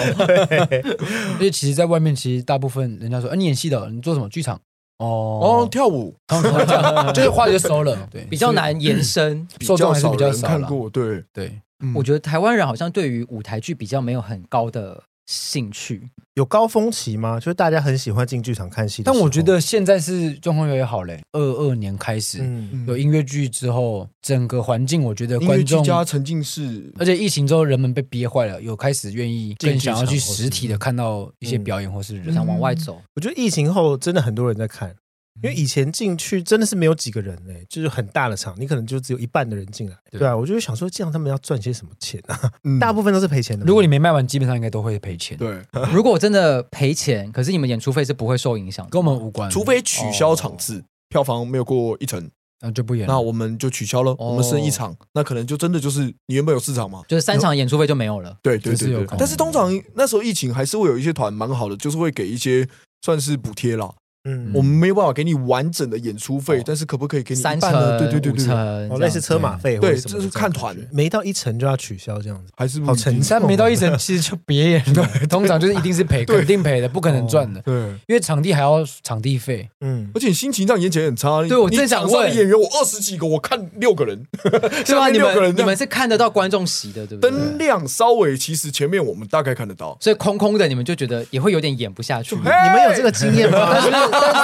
Speaker 4: 因为其实，在外面其实大部分人家说，哎，你演戏的哦，你做什么？剧场。
Speaker 3: 哦
Speaker 4: 哦，，
Speaker 3: 跳舞
Speaker 4: 通常这样，就是话就收了，对，
Speaker 2: 比较难延伸。
Speaker 4: 受众还是比较
Speaker 3: 人
Speaker 4: 少
Speaker 3: 看
Speaker 4: 了。
Speaker 3: 过，对，
Speaker 4: 对，
Speaker 3: 嗯
Speaker 2: 我觉得台湾人好像对于舞台剧比较没有很高的兴趣，
Speaker 1: 有高峰期吗？就是大家很喜欢进剧场看戏的时
Speaker 4: 但
Speaker 1: 候，
Speaker 4: 我觉得现在是状况越来越好嘞。二二年开始
Speaker 1: 嗯，
Speaker 3: 嗯
Speaker 4: 有音乐剧之后，整个环境我觉得
Speaker 3: 音乐
Speaker 4: 观
Speaker 3: 剧
Speaker 4: 众，呃
Speaker 3: 加沉浸式，
Speaker 4: 而且疫情之后人们被憋坏了，有开始愿意
Speaker 1: 进
Speaker 4: 更
Speaker 1: 剧场
Speaker 4: 想要去
Speaker 1: 或是
Speaker 4: 实体的看到一些表演或是
Speaker 2: 就
Speaker 4: 人。
Speaker 2: 想往外走。
Speaker 1: 我觉得疫情后真的很多人在
Speaker 4: 嗯
Speaker 1: 看，因为以前进去真的是没有几个人哎、就是很大的场，你可能就只有一半的人进来，
Speaker 4: 对
Speaker 1: 对啊，我就想说这样他们要赚些什么钱啊？
Speaker 3: 嗯
Speaker 1: 大部分都是赔钱的嘛。
Speaker 4: 如果你没卖完，基本上应该都会赔钱，
Speaker 3: 对，
Speaker 2: 如果真的赔钱，可是你们演出费是不会受影响的
Speaker 4: 跟我。们无关，
Speaker 3: 除非取
Speaker 4: 哦
Speaker 3: 消场次，票房没有过一成，
Speaker 4: 那就不演
Speaker 3: 那
Speaker 4: 了。
Speaker 3: 我们就取消了，
Speaker 2: 哦
Speaker 3: 我们剩一场，那可能就真的就是你原本有四场嘛。
Speaker 2: 就是三场演出费就没有了，
Speaker 3: 对对
Speaker 4: 就是
Speaker 3: 对
Speaker 4: 有
Speaker 3: 对
Speaker 4: 可能，
Speaker 3: 但是通常那时候疫情还是会有一些团蛮好的，就是会给一些算是补贴啦。
Speaker 1: 嗯
Speaker 3: 我们没有办法给你完整的演出费
Speaker 2: 哦，
Speaker 3: 但是可不可以给你一
Speaker 2: 三
Speaker 3: 半
Speaker 2: 成、
Speaker 3: 呢？对对对
Speaker 2: 五
Speaker 3: 对对，
Speaker 4: 嗯
Speaker 2: 成，
Speaker 1: 哦类似车马费或者
Speaker 3: 对，
Speaker 1: 什么的
Speaker 3: 这
Speaker 1: 这
Speaker 3: 是
Speaker 1: 种
Speaker 3: 看
Speaker 1: 感觉
Speaker 3: 团，
Speaker 1: 没到一成就要取消这样子，
Speaker 3: 还是不
Speaker 1: 好
Speaker 3: 一定
Speaker 1: 沉重
Speaker 4: 但没到 一成，其实就别 演了。通常就是一定是 赔，
Speaker 3: 对
Speaker 4: 肯定赔的，不可能赚的，
Speaker 3: 对。
Speaker 4: 因为场地还要场地费。
Speaker 1: 嗯
Speaker 3: 而，且你心情这样演起来很差。
Speaker 2: 对我
Speaker 3: 你
Speaker 2: 正想
Speaker 3: 场上的
Speaker 2: 问
Speaker 3: 演员，我二十几个，我看六个人，
Speaker 2: 是吧？
Speaker 3: 下面
Speaker 2: 你
Speaker 3: 六个
Speaker 2: 们
Speaker 3: 人
Speaker 2: 你
Speaker 3: 这
Speaker 2: 们
Speaker 3: 样，
Speaker 2: 是看得到观众席的，对不对？
Speaker 3: 灯亮稍微，其实前面我们大概看得到。
Speaker 2: 所以空空的，你们就觉得也会有点演不下去。
Speaker 3: 啊
Speaker 1: 你们有这个经验 吗？
Speaker 4: 但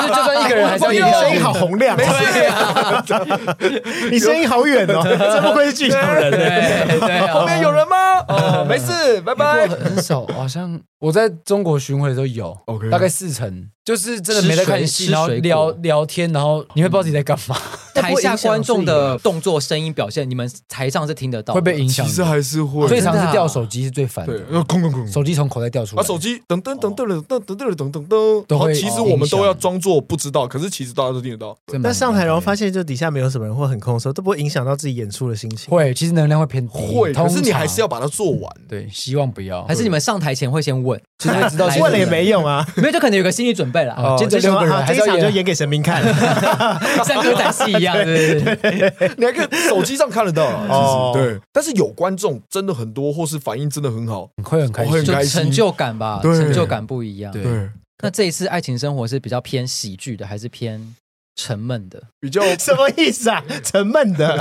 Speaker 4: 是就算一个人还是要
Speaker 1: 哇你
Speaker 4: 演
Speaker 1: 的
Speaker 4: 下
Speaker 1: 声
Speaker 4: 去
Speaker 1: 音 好洪亮，啊你声音好远 哦，真不愧是剧场人哎。
Speaker 2: 对 对啊，
Speaker 3: 后面有人吗？哦，没事，拜
Speaker 4: 不过
Speaker 3: 拜。
Speaker 4: 很少，好像我在中国巡回的时候有
Speaker 3: OK
Speaker 4: 大概四成，就是真的没在看
Speaker 2: 吃
Speaker 4: 戏，
Speaker 2: 水
Speaker 4: 然后
Speaker 2: 吃水
Speaker 4: 聊
Speaker 2: 果
Speaker 4: 聊天，然后你会不知道自己在干嘛，
Speaker 2: 台下观众的动作、声音表现，你们台上是听得到的，哦
Speaker 4: 会被影响
Speaker 3: 其
Speaker 4: 的。
Speaker 3: 实还是会，
Speaker 4: 最
Speaker 2: 常
Speaker 4: 常
Speaker 2: 真的
Speaker 4: 是
Speaker 2: 啊
Speaker 4: 掉手机是最烦
Speaker 3: 对
Speaker 4: 的，，
Speaker 3: 呃空空空。
Speaker 4: 手机从口袋掉出
Speaker 3: 把
Speaker 4: 来。
Speaker 3: 手机噔噔噔噔噔噔噔噔噔噔噔，
Speaker 4: 都
Speaker 3: 好
Speaker 4: 会
Speaker 3: 其实我们都要装作不知道，可是其实大家都听得到。
Speaker 4: 真的蛮
Speaker 1: 但上台然后发
Speaker 4: 烦
Speaker 1: 现就底下没有什么人或很空的时候，都不会影响到自己演出的心情
Speaker 4: 的。会，其实能量会偏低，
Speaker 3: 会，
Speaker 4: 通
Speaker 3: 可是你还
Speaker 4: 常
Speaker 3: 是要把它做完。
Speaker 4: 对，希望不要，
Speaker 2: 还是你们上台前会先问，
Speaker 4: 就是会知道
Speaker 2: 来
Speaker 4: 现在
Speaker 1: 问了也没用啊。
Speaker 2: 没有就可能有个心理准备了，
Speaker 4: 哦接着
Speaker 1: 就
Speaker 4: 六个
Speaker 1: 说
Speaker 4: 人
Speaker 1: 啊这
Speaker 4: 还
Speaker 1: 一
Speaker 4: 是要
Speaker 1: 场就
Speaker 4: 演
Speaker 1: 演给神明看。
Speaker 2: 像歌仔戏一样，对对对，
Speaker 3: 你还可以手机上看得到
Speaker 1: 哦
Speaker 3: 啊，其实对。但是有观众真的很多，或是反应真的很好，
Speaker 4: 会很开
Speaker 3: 我会很。
Speaker 4: 心
Speaker 2: 就
Speaker 3: 开心
Speaker 2: 成就感吧，
Speaker 3: 对
Speaker 2: 成就感不一样。
Speaker 4: 对
Speaker 3: 对，
Speaker 2: 那这一次爱情生活是比较偏喜剧的，还是偏沉闷的？
Speaker 3: 比较
Speaker 1: 什么意思啊？沉闷的，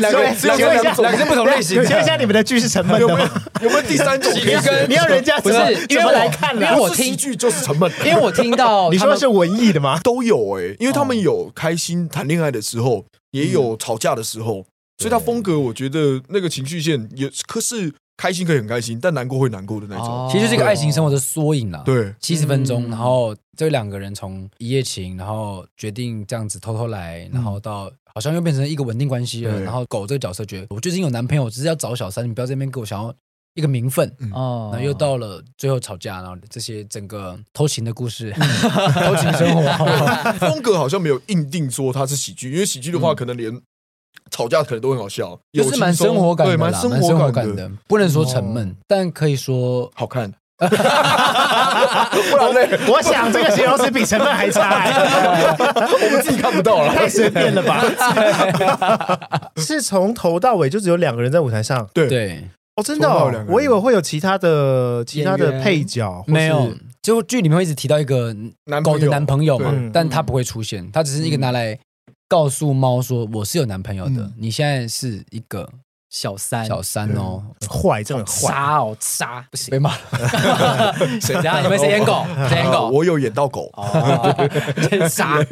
Speaker 4: 两个
Speaker 1: 所以
Speaker 4: 两
Speaker 1: 请
Speaker 4: 个
Speaker 1: 问一下
Speaker 4: 两个是不同类型的
Speaker 1: 请问一下，你们的剧是沉闷
Speaker 3: 有
Speaker 1: 的
Speaker 3: 没有
Speaker 1: 吗？
Speaker 3: 有没有第三种片子？
Speaker 1: 你要人家
Speaker 2: 不是
Speaker 1: 怎么
Speaker 2: 因
Speaker 1: 怎
Speaker 2: 为
Speaker 1: 么
Speaker 2: 我
Speaker 1: 来看
Speaker 2: 因为
Speaker 1: 啦？
Speaker 2: 我
Speaker 3: 不是
Speaker 2: 听
Speaker 3: 喜剧就是沉闷，
Speaker 2: 因为我听到
Speaker 1: 你
Speaker 2: 他
Speaker 1: 说
Speaker 2: 们
Speaker 1: 的是文艺的吗？
Speaker 3: 都有哎、因为他
Speaker 4: 哦
Speaker 3: 们有开心谈恋爱的时候，也
Speaker 4: 嗯
Speaker 3: 有吵架的时候，所以他风格我觉得那个情绪线也可是开心可以很开心，但难过会难过的那种。
Speaker 2: 哦
Speaker 4: 其实就是一个爱情生活的缩影啦。。啊
Speaker 3: 对，
Speaker 4: 七十分钟，
Speaker 2: 嗯
Speaker 4: 然后这两个人从一夜情，然后决定这样子偷偷来，
Speaker 2: 嗯
Speaker 4: 然后到好像又变成一个稳定关系了。
Speaker 3: 对
Speaker 4: 然后狗这个角色觉得我就已经有男朋友，我只是要找小三，你不要在那边给我想要一个名分。
Speaker 3: 嗯
Speaker 2: 哦
Speaker 4: 然后又到了最后吵架，然后这些整个偷情的故事、
Speaker 3: 嗯
Speaker 4: 偷情生活，
Speaker 3: 风格好像没有硬定说它是喜剧，因为喜剧的话，可能连吵架可能都很好笑，
Speaker 4: 就
Speaker 3: 友
Speaker 4: 嗯是
Speaker 3: 情
Speaker 4: 蛮生活感的
Speaker 3: 对，
Speaker 4: 啦，
Speaker 3: 蛮
Speaker 4: 生
Speaker 3: 活
Speaker 4: 活
Speaker 3: 感哦
Speaker 4: 感，的，不能说沉闷，但可以说
Speaker 3: 好看。不然嘞，
Speaker 1: 我想这个形容词比成分还差欸，
Speaker 3: 我们自己看不到了。
Speaker 1: 太随便了吧？ 是从头到尾就只有两个人在舞台上
Speaker 3: 对，
Speaker 4: 对，
Speaker 1: 哦，真的
Speaker 3: 从头
Speaker 1: 哦
Speaker 3: 到两，个人
Speaker 1: 我以为会有其他的其他
Speaker 2: 演
Speaker 1: 的
Speaker 2: 员
Speaker 1: 配角，或是
Speaker 4: 没有。就剧里面会一直提到一个
Speaker 3: 男朋
Speaker 4: 狗
Speaker 3: 友嗯
Speaker 4: 的男朋友嘛
Speaker 1: 对，
Speaker 4: 但他不会出现，他只是一个拿来告诉猫说我是有男朋友的
Speaker 3: 嗯，
Speaker 4: 你现在是一个
Speaker 2: 小三，
Speaker 4: 小三哦，
Speaker 1: 坏，这种坏，
Speaker 2: 杀哦杀，不行
Speaker 4: 被，骂了。
Speaker 2: 谁下你们谁演狗？谁演
Speaker 3: 啊
Speaker 2: 狗？
Speaker 3: 我有演到狗，
Speaker 2: 哦，杀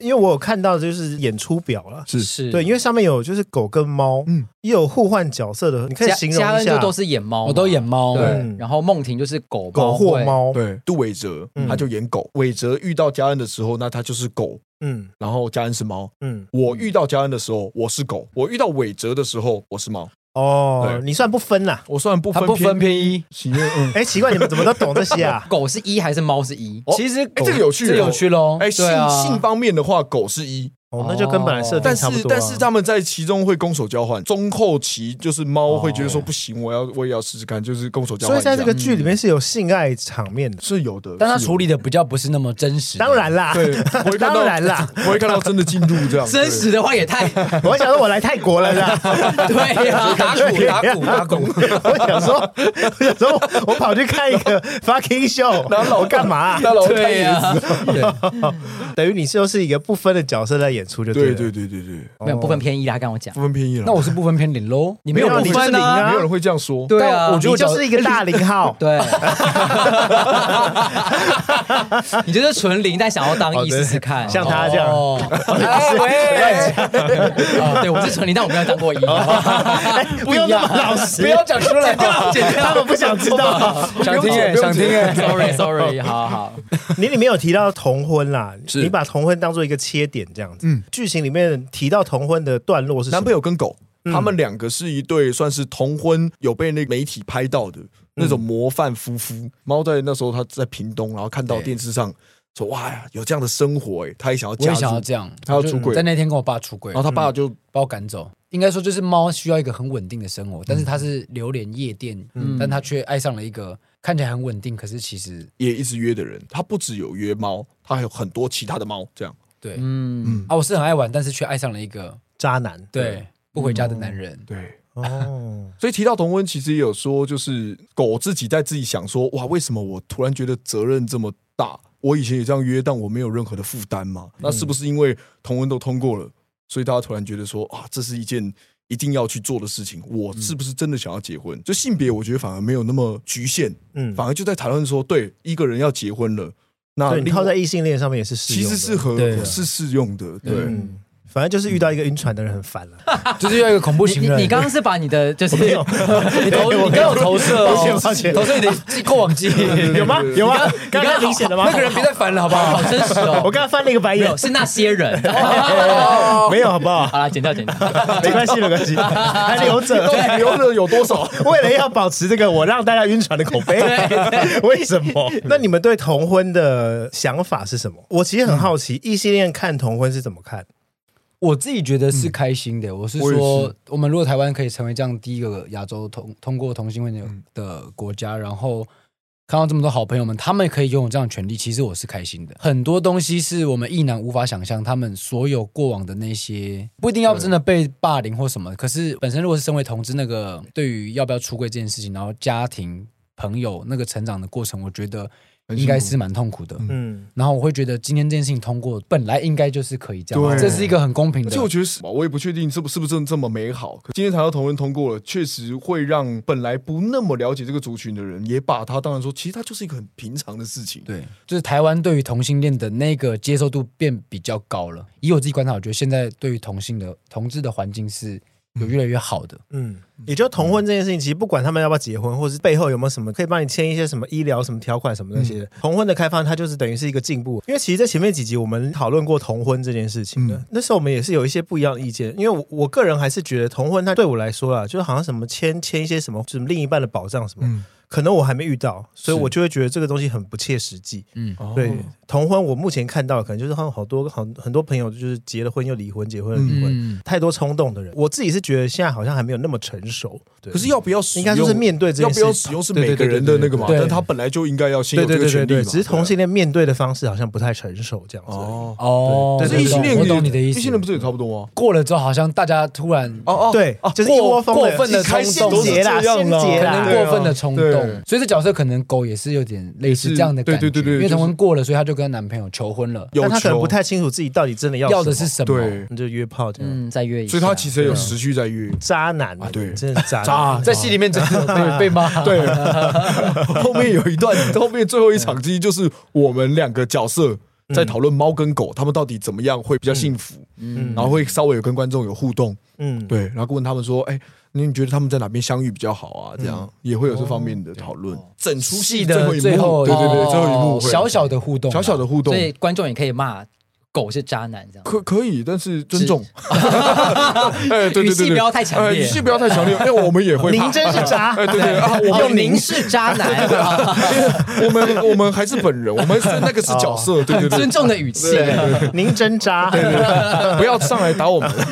Speaker 1: 因为我有看到就是演出表了。
Speaker 3: 是
Speaker 2: 是
Speaker 1: 对，因为上面有就是狗跟猫，嗯，也有互换角色的，你可以
Speaker 2: 嘉
Speaker 1: 形
Speaker 2: 嘉
Speaker 1: 容一
Speaker 2: 恩
Speaker 1: 下，
Speaker 2: 就都是演猫嘛，
Speaker 4: 我哦都演猫，
Speaker 2: 对
Speaker 1: 嗯
Speaker 2: 然后梦婷就是狗
Speaker 1: 狗或
Speaker 2: 会，？
Speaker 1: 猫，
Speaker 3: 对，杜伟哲
Speaker 1: 嗯
Speaker 3: 他就演狗，伟哲遇到嘉恩的时候，那他就是狗，
Speaker 1: 嗯
Speaker 3: 然后嘉恩是猫。
Speaker 1: 嗯，
Speaker 3: 我遇到嘉恩的时候，我是狗；我遇到伟哲的时候，我是猫。
Speaker 1: 哦
Speaker 3: 对，
Speaker 1: 你算不分啦，
Speaker 3: 我虽然不
Speaker 4: 他
Speaker 3: 分
Speaker 4: 不分偏一。
Speaker 3: 喜悦，嗯，
Speaker 1: 哎，奇怪，你们怎么都懂这些 啊
Speaker 2: 狗是一还是猫是一？
Speaker 3: 哦
Speaker 4: 其实狗
Speaker 3: 哎这个有趣哦
Speaker 4: 这个有趣喽。
Speaker 3: 哎，性
Speaker 4: 对啊，
Speaker 3: 性方面的话，狗是一，
Speaker 1: 哦，那就跟本来设定
Speaker 3: 但
Speaker 1: 差不
Speaker 3: 是
Speaker 1: 多啊。
Speaker 3: 但是他们在其中会攻守交换，中后期就是猫会觉得说不行，我要
Speaker 4: 哦
Speaker 3: 我也要试试看，就是攻守交
Speaker 1: 所
Speaker 3: 换
Speaker 1: 以
Speaker 3: 一下。
Speaker 1: 在这个剧里面是有性爱场面的，
Speaker 3: 嗯是有的，
Speaker 4: 但他
Speaker 3: 是有的
Speaker 4: 处理的比较不是那么真实。
Speaker 1: 当然，啦，
Speaker 3: 对， 我会看到
Speaker 1: 当然 啦，
Speaker 3: 我会看到真的进入这样，
Speaker 2: 真实的话也 太
Speaker 1: 我想说我来泰国了是吧？
Speaker 2: 对啊呀，
Speaker 4: 打 鼓打鼓打鼓，
Speaker 1: 我想说， 我想说我我跑去看一 个 fucking show，然后老干嘛啊？
Speaker 3: 大佬太
Speaker 2: 对
Speaker 3: 原始
Speaker 2: 呀，
Speaker 1: 等于你是又是一个不分的角色在演出，就
Speaker 3: 对
Speaker 1: 了
Speaker 3: 对对对对，
Speaker 2: 没有部分偏一啦，跟我讲
Speaker 3: 不，分偏一了。
Speaker 4: 那我是不分偏零喽。你
Speaker 1: 没
Speaker 4: 没
Speaker 1: 有
Speaker 4: 有
Speaker 1: 啊
Speaker 4: 不
Speaker 1: 你
Speaker 4: 分
Speaker 1: 是零啊
Speaker 3: 没有人会这样说，
Speaker 2: 对啊，。
Speaker 4: 但我觉得
Speaker 1: 你就是一个大零号
Speaker 2: 对， 你就是纯零，但想要当一试试看，
Speaker 1: 像他这样
Speaker 4: 哦，
Speaker 2: 哎喂，
Speaker 4: 啊
Speaker 2: 哦，对我是纯零，但我没有当过一，
Speaker 3: 哦
Speaker 1: 哎不啊用那么老实，
Speaker 4: 不要讲出 来，
Speaker 2: 剪掉
Speaker 1: 他们不想知 道。
Speaker 4: 想听哎，想听哎。
Speaker 2: ，sorry sorry，好好，
Speaker 1: 你里面有提到同婚啦，
Speaker 3: 是
Speaker 1: 你把同婚当做一个切点这样子。
Speaker 3: 嗯
Speaker 1: 剧情里面提到同婚的段落是什
Speaker 3: 男
Speaker 1: 么
Speaker 3: 朋友跟狗，
Speaker 4: 嗯
Speaker 3: 他们两个是一对算是同婚，有被那个媒体拍到
Speaker 4: 嗯
Speaker 3: 的那种模范夫妇。猫在那时候他在屏东，然后看到电视上说哇呀有这样的生活，哎，他也想要
Speaker 4: 我也
Speaker 3: 加
Speaker 4: 想要
Speaker 3: 入。
Speaker 4: 这样，嗯
Speaker 3: 他要出
Speaker 4: 我
Speaker 3: 轨
Speaker 4: 在，那天跟我爸出轨，
Speaker 3: 然后他爸就
Speaker 4: 把我赶走。应该说，就是猫需要一个很稳定的生活，但是它是流连夜店，但它却爱上了一个看起来很稳定，可是其实
Speaker 3: 也一直约的人，他不只有约猫，他还有很多其他的猫，这样
Speaker 4: 对
Speaker 2: 嗯，
Speaker 4: 啊，我是很爱玩，但是却爱上了一个
Speaker 1: 渣男。
Speaker 4: 对不回家的男人。
Speaker 3: 对。
Speaker 1: 哦，
Speaker 3: 所以提到同温，其实也有说，就是狗自己在自己想说，哇，为什么我突然觉得责任这么大？我以前也这样约，但我没有任何的负担嘛？
Speaker 1: 嗯
Speaker 3: 那是不是因为同温都通过了，所以大家突然觉得说，啊，这是一件一定要去做的事情？我是不是真的想要结婚？就性别，我觉得反而没有那么局限，
Speaker 1: 嗯，
Speaker 3: 反而就在谈论说，对，一个人要结婚了，那
Speaker 1: 对你
Speaker 3: 另
Speaker 1: 套
Speaker 3: 外
Speaker 1: 在异性恋上面也是适用
Speaker 3: 其
Speaker 1: 的，
Speaker 3: 实是合
Speaker 4: 对啊
Speaker 3: 是适用的，对。
Speaker 1: 嗯。反正就是遇到一个晕船的人很烦了，啊
Speaker 4: 就是要一个恐怖
Speaker 2: 你
Speaker 4: 情
Speaker 2: 你
Speaker 4: 人。
Speaker 2: 你刚刚是把你的就是
Speaker 1: 没 有
Speaker 4: 你投你刚有投射
Speaker 1: 抱歉
Speaker 4: 哦，
Speaker 1: 抱歉
Speaker 4: 投射你的过往记 忆。
Speaker 1: 有吗？有吗？刚刚明显的吗？
Speaker 4: 那个人别再烦了，好不好
Speaker 2: 好？真实
Speaker 1: 我
Speaker 2: 哦，
Speaker 1: 刚刚翻了一个白
Speaker 2: 没
Speaker 1: 眼
Speaker 2: 有，是那些 人，
Speaker 1: 没有好不好？
Speaker 2: 好啦，剪掉剪掉，
Speaker 1: 没关系没 关系，还留着。
Speaker 3: 到底留着有多少？
Speaker 1: 为了要保持这个我让大家晕船的口 碑，为什么？ 那你们对同婚的想法是什么？我其实很好奇，异性恋看同婚是怎么看？
Speaker 4: 我自己觉得是开心的。我是
Speaker 3: 嗯我也
Speaker 4: 说，我们如果台湾可以成为这样第一个亚洲通通过同性婚的的国家，然后看到这么多好朋友们，他们可以拥有这样的权利，其实我是开心的。很多东西是我们异男无法想象，他们所有过往的那些，不一定要真的被霸凌或什么，可是本身如果是身为同志，那个对于要不要出柜这件事情，然后家庭、朋友那个成长的过程，我觉得应该是蛮痛苦的。
Speaker 1: 嗯，
Speaker 4: 然后我会觉得今天这件事情通过，本来应该就是可以这样，
Speaker 3: 对啊
Speaker 4: 这是一个很公平
Speaker 3: 而
Speaker 4: 的
Speaker 3: 且。我觉得是，我也不确定是不是不是真的这么美好。可今天谈到同婚通过了，确实会让本来不那么了解这个族群的人，也把它当然说，其实它就是一个很平常的事情。
Speaker 4: 对，就是台湾对于同性恋的那个接受度变比较高了。以我自己观察，我觉得现在对于同性的同志的环境是有越来越好的。
Speaker 1: 嗯，也就同婚这件事情，其实不管他们要不要结婚，或是背后有没有什么可以帮你签一些什么医疗什么条款什么那些，同婚的开放，它就是等于是一个进步。因为其实，在前面几集我们讨论过同婚这件事情的，那时候我们也是有一些不一样的意见。因为我我个人还是觉得同婚，它对我来说啦，就是好像什么签签一些什么什么另一半的保障什么，可能我还没遇到，所以我就会觉得这个东西很不切实际。
Speaker 4: 嗯，
Speaker 3: 哦
Speaker 1: 对，同婚我目前看到的可能就是好像好多很很多朋友就是结了婚又离婚，结婚又离婚。
Speaker 4: 嗯，
Speaker 1: 太多冲动的人，我自己是觉得现在好像还没有那么成熟。对
Speaker 3: 可是要不要使
Speaker 1: 应
Speaker 3: 用？
Speaker 1: 该就是面对这
Speaker 3: 要
Speaker 1: 件
Speaker 3: 不
Speaker 1: 事
Speaker 3: 要
Speaker 1: 情
Speaker 3: 使用是
Speaker 4: 对
Speaker 3: 每
Speaker 4: 对
Speaker 3: 个
Speaker 4: 对
Speaker 3: 人
Speaker 4: 对
Speaker 3: 的
Speaker 4: 对
Speaker 3: 那个嘛，
Speaker 4: 对
Speaker 3: 但他本来就应该要先
Speaker 1: 对
Speaker 3: 有
Speaker 1: 对
Speaker 3: 这个
Speaker 1: 对
Speaker 3: 权
Speaker 1: 对
Speaker 3: 利嘛。
Speaker 1: 对，只是同性
Speaker 3: 对
Speaker 1: 恋面对的方式好像不太成熟这样
Speaker 3: 啊
Speaker 1: 子。
Speaker 3: 哦，
Speaker 4: 哦，
Speaker 1: 对
Speaker 3: 可
Speaker 1: 对
Speaker 3: 是异性恋
Speaker 4: 我
Speaker 3: 也，
Speaker 4: 懂你的意思。
Speaker 3: 异性恋不是也差不多吗？
Speaker 4: 过了之后，好像大家突然
Speaker 3: 哦哦，
Speaker 1: 对，就是一窝蜂
Speaker 4: 过分的
Speaker 1: 开
Speaker 4: 冲动
Speaker 1: 心结啦，
Speaker 3: 都是这样啊
Speaker 1: 心
Speaker 3: 啦
Speaker 1: 结
Speaker 4: 可能
Speaker 1: 啦。
Speaker 4: 过分的冲
Speaker 3: 对
Speaker 4: 懂。所以这角色可能狗也是有点类似
Speaker 3: 是
Speaker 4: 这样的感觉，
Speaker 3: 对对对对
Speaker 4: 因为
Speaker 3: 就是
Speaker 4: 同婚过了，所以她就跟男朋友求婚了，
Speaker 3: 有
Speaker 1: 但他可能
Speaker 3: 求
Speaker 1: 不太清楚自己到底真的要
Speaker 4: 要的
Speaker 1: 什
Speaker 4: 是
Speaker 1: 么
Speaker 4: 什么？
Speaker 3: 对，
Speaker 1: 你就约炮这样。
Speaker 2: 嗯，再约一下。
Speaker 3: 所以他其实有
Speaker 1: 对啊
Speaker 3: 持续在约。
Speaker 1: 渣男
Speaker 3: 啊对
Speaker 1: 真的是渣
Speaker 4: 啊，
Speaker 1: 男
Speaker 4: 在戏里面真的有被被骂，
Speaker 3: 对， 后面有一段，后面最后一场其实就是我们两个角色在讨论猫跟狗，他们到底怎么样会比较幸福，
Speaker 2: 嗯
Speaker 3: 然后会稍微有跟观众有互动，
Speaker 1: 嗯，
Speaker 3: 对，然后问他们说，哎、那你觉得他们在哪边相遇比较好啊？这样、也会有这方面的讨论。整出
Speaker 4: 戏
Speaker 3: 戏
Speaker 4: 的
Speaker 3: 一幕，
Speaker 4: 最后
Speaker 3: 对对对，最后一幕
Speaker 4: 哦
Speaker 3: 会
Speaker 4: 小小的互动，
Speaker 3: 小小
Speaker 4: 的。
Speaker 3: 的互动
Speaker 2: 所，以观众也可以骂狗是渣男这样。
Speaker 3: 可可以，但是尊重。 哎，对
Speaker 2: 语
Speaker 3: 对对对，
Speaker 2: 气不要太强烈
Speaker 3: 哎语气不要太强烈，因为我们也 会怕。
Speaker 1: 您真是渣，
Speaker 3: 哎，对对啊，我
Speaker 2: 哦，
Speaker 3: 们
Speaker 2: 您是渣男，
Speaker 3: 我们我们还是本人，我们是那个是角
Speaker 4: 哦
Speaker 3: 色，对对对
Speaker 2: 尊，重的语气。
Speaker 1: 您真渣。
Speaker 3: 不要上来打我们。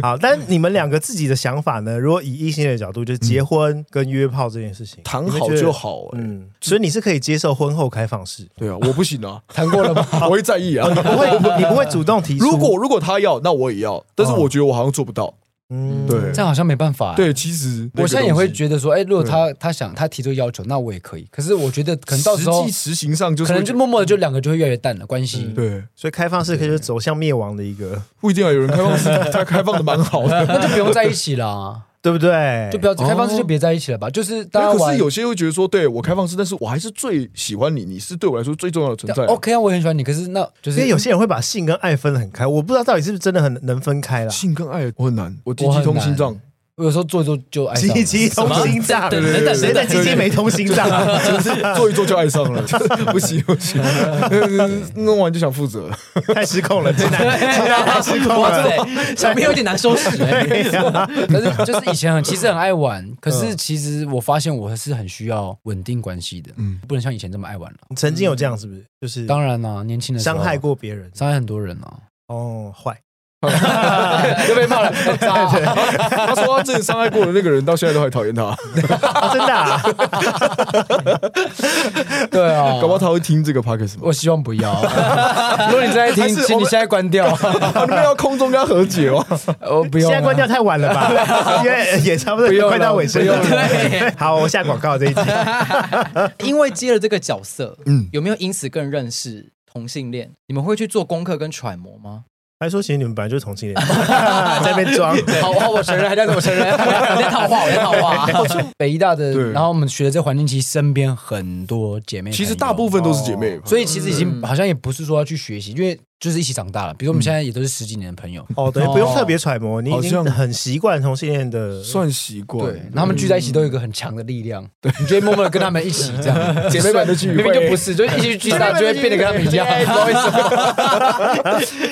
Speaker 1: 好，但你们两个自己的想法呢？如果以异性恋的角度，就是结婚跟约炮这件事情，
Speaker 3: 嗯谈
Speaker 1: 你们
Speaker 3: 好
Speaker 1: 觉得
Speaker 3: 就。好，哎
Speaker 1: 嗯，所以你是可以接受婚后开放式，
Speaker 3: 对啊，我不行 啊，
Speaker 4: 谈过了吗？
Speaker 3: 我会在意
Speaker 4: 哦
Speaker 3: 啊。
Speaker 1: 不会，你不会主动提出。
Speaker 3: 如果如果他要，那我也要，但是我觉得我好像做不到。
Speaker 1: 嗯
Speaker 3: 对
Speaker 4: 哦这样好像没办法。，
Speaker 3: 对，其实
Speaker 4: 我现在也会觉
Speaker 3: 得，
Speaker 4: 得说，哎，如果他他想他提出要求，那我也可以。可是我觉得可能到时候
Speaker 3: 实际实行上就是
Speaker 4: 可能就默默的就两个就会越来越淡了关系。
Speaker 3: 对，
Speaker 1: 所以开放式可以就是走向灭亡的一个，
Speaker 3: 不一定啊。有人开放式，他开放的蛮好的。
Speaker 4: 那就不用在一起啦，
Speaker 1: 对不对？
Speaker 4: 就不要
Speaker 3: 哦
Speaker 4: 开放式就别在一起了吧。就是大家
Speaker 3: 那哦哎可
Speaker 4: 玩
Speaker 3: 是有些会觉得说，对我开放式，但是我还是最喜欢你，你是对我来说最重要的存在啊。
Speaker 4: OK 啊，我也很喜欢你，可是那就
Speaker 1: 因
Speaker 4: 是
Speaker 1: 为有些人会把性跟爱分得很开，我不知道到底是不是真的很能分开啦。
Speaker 3: 性跟爱我很难，我鸡
Speaker 4: 啊我
Speaker 3: 鸡
Speaker 4: 很
Speaker 3: 通心
Speaker 4: 难
Speaker 3: 脏，
Speaker 4: 我有时候做一做就 爱上了
Speaker 1: 鸡鸡通心脏，
Speaker 2: 什么等等等等
Speaker 1: 谁在鸡鸡没通心脏 啊？
Speaker 3: 做一做就爱上了， 不行不行， 弄完就想负责。
Speaker 1: 太失控了，真 的。
Speaker 2: 哇塞，小朋友有点难收拾哎。
Speaker 4: 可是就是以前很其实很爱
Speaker 3: 嗯
Speaker 4: 玩，可是其实我发现我是很需要稳定关系的，嗯，不能像以前这么爱玩了。
Speaker 1: 你曾经有这样是不是？就是
Speaker 4: 当然啦、年轻的时候
Speaker 1: 伤害过别人
Speaker 4: 伤害很多人啊，
Speaker 1: 哦，坏。
Speaker 4: 又被骂了，渣啊
Speaker 3: 他说他之前伤害过的那个人，到现在都还讨厌他，
Speaker 1: 啊真的啊，
Speaker 4: 对啊，
Speaker 3: 搞不好他会听这个 podcast 吗？
Speaker 4: 我希望不要。如果你在听
Speaker 3: 还，是
Speaker 4: 请
Speaker 3: 我
Speaker 4: 你
Speaker 3: 们
Speaker 4: 现在关掉。
Speaker 3: 啊你们要空中跟他和解 哦。
Speaker 4: 我不用
Speaker 1: 现
Speaker 4: 啊，
Speaker 1: 在关掉太晚了吧？因为也差不
Speaker 4: 不用
Speaker 1: 多
Speaker 4: 了
Speaker 1: 快到尾声
Speaker 4: 不
Speaker 1: 了
Speaker 4: 用。了
Speaker 2: 对，
Speaker 1: 好，我下广告这一集。
Speaker 2: 因为接了这个角色，
Speaker 3: 嗯
Speaker 2: 有没有因此更认识同性恋？你们会去做功课跟揣摩吗？
Speaker 1: 还说其实你们本来就是同性恋，在那边装。
Speaker 4: 好，好，我承认，还在我承 认，
Speaker 2: 我在套话，我在套 话。
Speaker 4: 北医大的
Speaker 3: 对，
Speaker 4: 然后我们学的这环境，其实身边很多姐妹，
Speaker 3: 其实大部。分都是姐妹，
Speaker 4: 哦所以其实已经
Speaker 2: 嗯
Speaker 4: 好像也不是说要去学习，因为就是一起长大了。比如我们现在也都是十几年的朋友，
Speaker 1: 哦，等于不用特别揣摩，你已经
Speaker 3: 好像
Speaker 1: 很习惯同性恋的。
Speaker 3: 算习惯。
Speaker 4: 对，然后他们聚在一起都有一个很强的力量，对，你就会默默的跟他们一起这 样，
Speaker 3: 姐妹版的聚会
Speaker 4: 明明就不是，就一起聚餐就会变得跟他们一 样，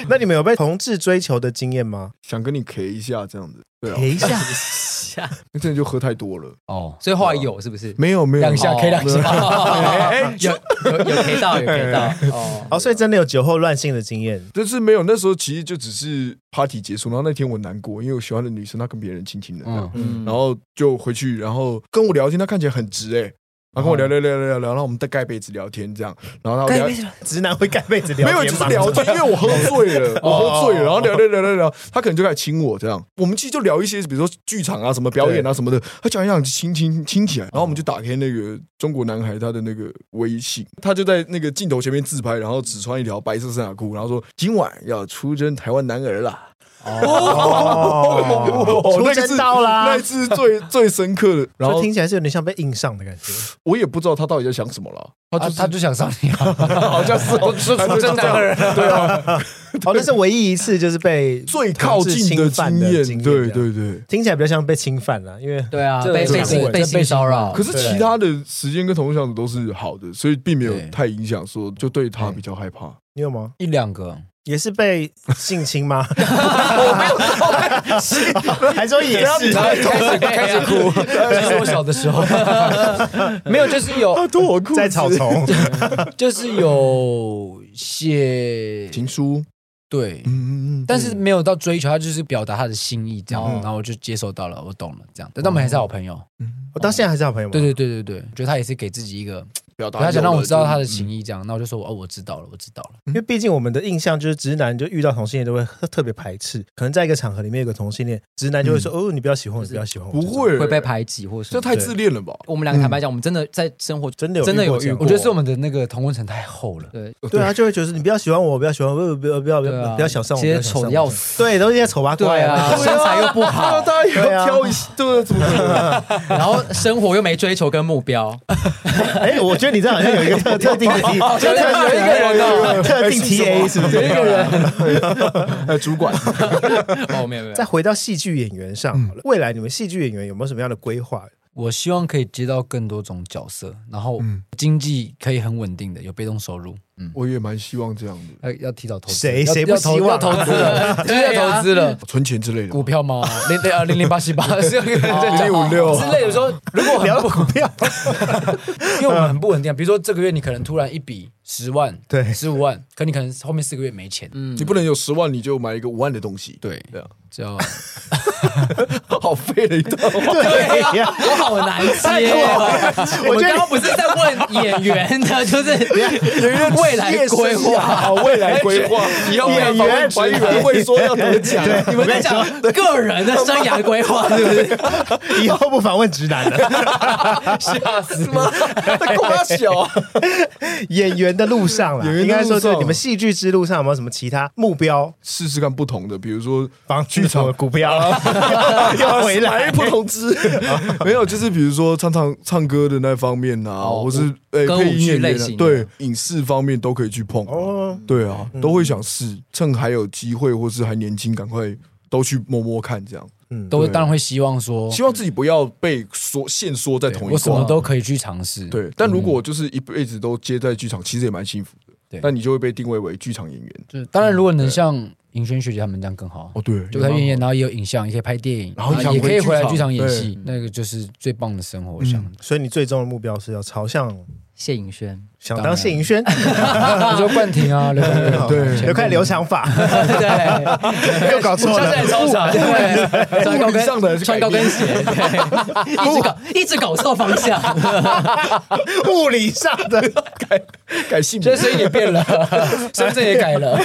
Speaker 1: 那你们有被同志追求的经验吗？
Speaker 3: 想跟你 K 一下这样子，对啊
Speaker 1: 等，一下，
Speaker 3: 那真的就喝太多了。
Speaker 4: 哦，
Speaker 2: 所以后来有是不是？
Speaker 3: 没有没有，哦啊
Speaker 4: 两下 K
Speaker 2: 哦
Speaker 4: 两下，
Speaker 2: 哎，有有有 K 到， 有 K 到哦。
Speaker 1: 哦，所以真的有酒后乱性的经验。
Speaker 3: 但是没有，那时候其实就只是 party 结束，然后那天我难过，因为我喜欢的女生她跟别人亲亲的这样，
Speaker 4: 嗯，
Speaker 2: 嗯
Speaker 3: 然后就回去，然后跟我聊天，他看起来很直哎、然后跟我聊聊聊聊聊，然后我们在盖被子聊天这样，然后他聊。
Speaker 1: 直男会盖被子聊
Speaker 3: 没
Speaker 1: 天吗
Speaker 3: 有，就是聊天，因为我喝醉了，我喝醉了，然后聊聊聊聊聊，他可能就开始亲我这样。我们其实就聊一些，比如说剧场啊、什么表演啊什么的，他讲一讲就亲亲亲起来，然后我们就打开那个中国男孩他的那个微信，他就在那个镜头前面自拍，然后只穿一条白色衫裤，然后说今晚要出征台湾男儿啦。
Speaker 1: 哦，
Speaker 3: 哦
Speaker 1: 出
Speaker 3: 那个
Speaker 1: 征
Speaker 3: 是
Speaker 1: 到啦
Speaker 3: 那一。次最最深刻的。然
Speaker 1: 然后
Speaker 3: 后
Speaker 1: 听起来是有点像被硬上的感觉。
Speaker 3: 我也不知道他到底在想什么了，他
Speaker 4: 啊
Speaker 3: 就是
Speaker 4: 他就想上你啊，
Speaker 3: 好像是
Speaker 4: 我说
Speaker 3: 他就
Speaker 4: 真的
Speaker 3: 这样
Speaker 4: 人
Speaker 3: 对啊，
Speaker 1: 哦，那是唯一一次就是被
Speaker 3: 最靠近
Speaker 1: 同志侵犯
Speaker 3: 经
Speaker 1: 的
Speaker 3: 验，
Speaker 1: 经验
Speaker 3: 对，对对。
Speaker 1: 听起来比较像被侵犯了，因为
Speaker 2: 对啊，
Speaker 4: 这
Speaker 2: 被
Speaker 4: 这
Speaker 2: 被
Speaker 1: 这
Speaker 2: 性被
Speaker 4: 这被
Speaker 2: 性骚扰，
Speaker 3: 可是其他的时间跟同事相处都是好的，所以并没有
Speaker 4: 对
Speaker 3: 太影响，说就对他比较害怕。
Speaker 1: 你有吗？
Speaker 4: 一两个，
Speaker 1: 也是被性侵 吗？ 还说也是
Speaker 4: 然后开始开始哭，这是我小的时 候，没有，就是有
Speaker 3: 脱我裤
Speaker 1: 在草丛，
Speaker 4: 就是有写
Speaker 3: 情书，
Speaker 4: 对，
Speaker 3: 嗯嗯嗯，
Speaker 4: 但是没有到追求，他就是表达他的心意这样，然后我就接受到了，哦我懂了这样，但他们还是好朋友，
Speaker 1: 我到现在还是好朋友吗？
Speaker 4: 对对对对对，觉得他也是给自己一个
Speaker 3: 表达有
Speaker 4: 他
Speaker 3: 了就，
Speaker 4: 想让我知道他的情
Speaker 3: 嗯。
Speaker 4: 谊，这样，那我就说哦，我知道了，我知道了。
Speaker 1: 因为毕竟我们的印象就是直男，就遇到同性恋都会特特别排斥。可能在一个场合里面有个同性恋，直男就会说：“
Speaker 2: 嗯
Speaker 1: 哦，你不要喜欢我，你
Speaker 2: 就是
Speaker 1: 不要喜欢我。”
Speaker 3: 不，会
Speaker 2: 会被，排挤或者
Speaker 3: 这
Speaker 2: 什么。
Speaker 3: 太自恋了吧？
Speaker 2: 我们两个坦白讲，我们真的在生活中
Speaker 1: 嗯真的有
Speaker 2: 真的有
Speaker 1: 遇
Speaker 2: 遇
Speaker 1: 过
Speaker 2: 过
Speaker 4: 我觉得是我们的那个同温层太厚了。
Speaker 2: 对
Speaker 1: 对啊，就会觉得你不要喜欢我，不要喜欢我，不要不要不
Speaker 2: 对
Speaker 1: 要
Speaker 2: 啊，
Speaker 1: 不要想上我，
Speaker 2: 其
Speaker 1: 不
Speaker 2: 实
Speaker 1: 要想上
Speaker 2: 丑
Speaker 1: 我
Speaker 2: 的要死，
Speaker 1: 对，都是些丑八怪
Speaker 2: 对啊，
Speaker 1: 啊。
Speaker 2: 身材又不好，
Speaker 3: 大家也
Speaker 1: 对啊啊
Speaker 3: 要挑一下，对啊，怎么可能？
Speaker 2: 然后生活又没追求跟目标，
Speaker 1: 哎，我觉得你这好像有一个特 特定的题，
Speaker 2: 啊 好像有一个人哦
Speaker 1: 特定 TA 是不是？
Speaker 3: 呃，主管，
Speaker 2: 哦，没有没有，
Speaker 1: 再回到戏剧演员上好了，未来你们戏剧演员有没有什么样的规划？
Speaker 4: 我希望可以接到更多种角色，然后
Speaker 3: 嗯
Speaker 4: 经济可以很稳定的，有被动收入。嗯，
Speaker 3: 我也蛮希望这样的，
Speaker 4: 要哎要提早投资，
Speaker 1: 谁
Speaker 4: 要
Speaker 1: 谁不
Speaker 4: 要投
Speaker 1: 希望
Speaker 3: 啊
Speaker 4: 要投资了，就是要投资了。
Speaker 3: 存钱之类的
Speaker 4: 股。票吗？零零啊零零八 七八是
Speaker 3: 0056
Speaker 4: 之类的说，如果 很不，
Speaker 1: 股票，
Speaker 4: 因为我们很不稳定啊，比如说这个月你可能突然一笔十万，
Speaker 1: 对
Speaker 4: 十五万，可你可能后面四个月没钱，
Speaker 2: 嗯
Speaker 3: 你，不能有十万你就买一个五万的东西，
Speaker 4: 对
Speaker 3: 对啊，
Speaker 4: 叫
Speaker 3: 好废的一段 话。
Speaker 1: 对啊呀。
Speaker 2: 我好难接 哦。
Speaker 1: 我
Speaker 2: 我
Speaker 1: 觉
Speaker 2: 们
Speaker 1: 得
Speaker 2: 刚刚不是在问演员的，就是未来规划。
Speaker 3: 好，未来 规划，以后
Speaker 1: 演员
Speaker 3: 管委员会说要得奖，
Speaker 2: 你们在讲个人的生涯规划，是不是？
Speaker 1: 哎以后不访问直男 了。
Speaker 4: 吓死
Speaker 3: 吗？那够他小啊，
Speaker 1: 演员的路上了，
Speaker 3: 演员
Speaker 1: 应
Speaker 3: 的路
Speaker 1: 该
Speaker 3: 上
Speaker 1: 说对你们戏剧之路上有没有什么其他目标？
Speaker 3: 试试看不同的，比如说
Speaker 1: 帮剧 场的股票要回来，
Speaker 3: 不同 支，啊没有，就是比如说唱唱唱歌的那方面啊，
Speaker 2: 哦
Speaker 3: 或是呃
Speaker 2: 歌舞
Speaker 3: 配音演
Speaker 2: 剧类
Speaker 3: 员啊
Speaker 2: 型的
Speaker 3: 对影视方面都可以去碰啊。
Speaker 1: 哦
Speaker 3: 对啊，都会想试，趁还有机会或是还年轻，赶快都去摸摸看，这样
Speaker 4: 都会
Speaker 3: 对
Speaker 4: 当然会希望说，
Speaker 3: 希望自己不要被缩限缩在同一
Speaker 4: 我什
Speaker 3: 块
Speaker 4: 么。都可以去尝试。
Speaker 3: 对，但如果就是一辈子都接在剧场，其实也蛮幸福的。
Speaker 4: 对
Speaker 3: 那你就会被定位为剧场演员。
Speaker 4: 就是当然，如果能像尹轩学姐他们这样更好
Speaker 3: 哦，，对，
Speaker 4: 就在院演，然后也有影像，也可以拍电影，
Speaker 3: 然后也想
Speaker 4: 也可以
Speaker 3: 回
Speaker 4: 回来
Speaker 3: 剧场
Speaker 4: 剧场演戏，那个就是最棒的生活。
Speaker 3: 嗯
Speaker 4: 我想，
Speaker 1: 所以你最终的目标是要朝向
Speaker 2: 谢 颖轩，
Speaker 1: 想
Speaker 4: 当
Speaker 1: 当
Speaker 4: 然
Speaker 1: 谢盈萱，
Speaker 4: 你说冠 廷啊，刘冠廷
Speaker 3: 对
Speaker 4: 前面
Speaker 1: 有块留长 发，
Speaker 2: 对，
Speaker 1: 又搞错
Speaker 2: 下次
Speaker 1: 了。
Speaker 2: 来超长，对，穿高
Speaker 3: 物理上的还
Speaker 2: 跟
Speaker 3: 是
Speaker 2: 穿
Speaker 3: 改
Speaker 2: 高
Speaker 3: 变
Speaker 2: 跟鞋，对，一直搞一直搞错方向，
Speaker 1: 物理上的，
Speaker 3: 改啊性别
Speaker 4: 这声音也变了，身份证也改了。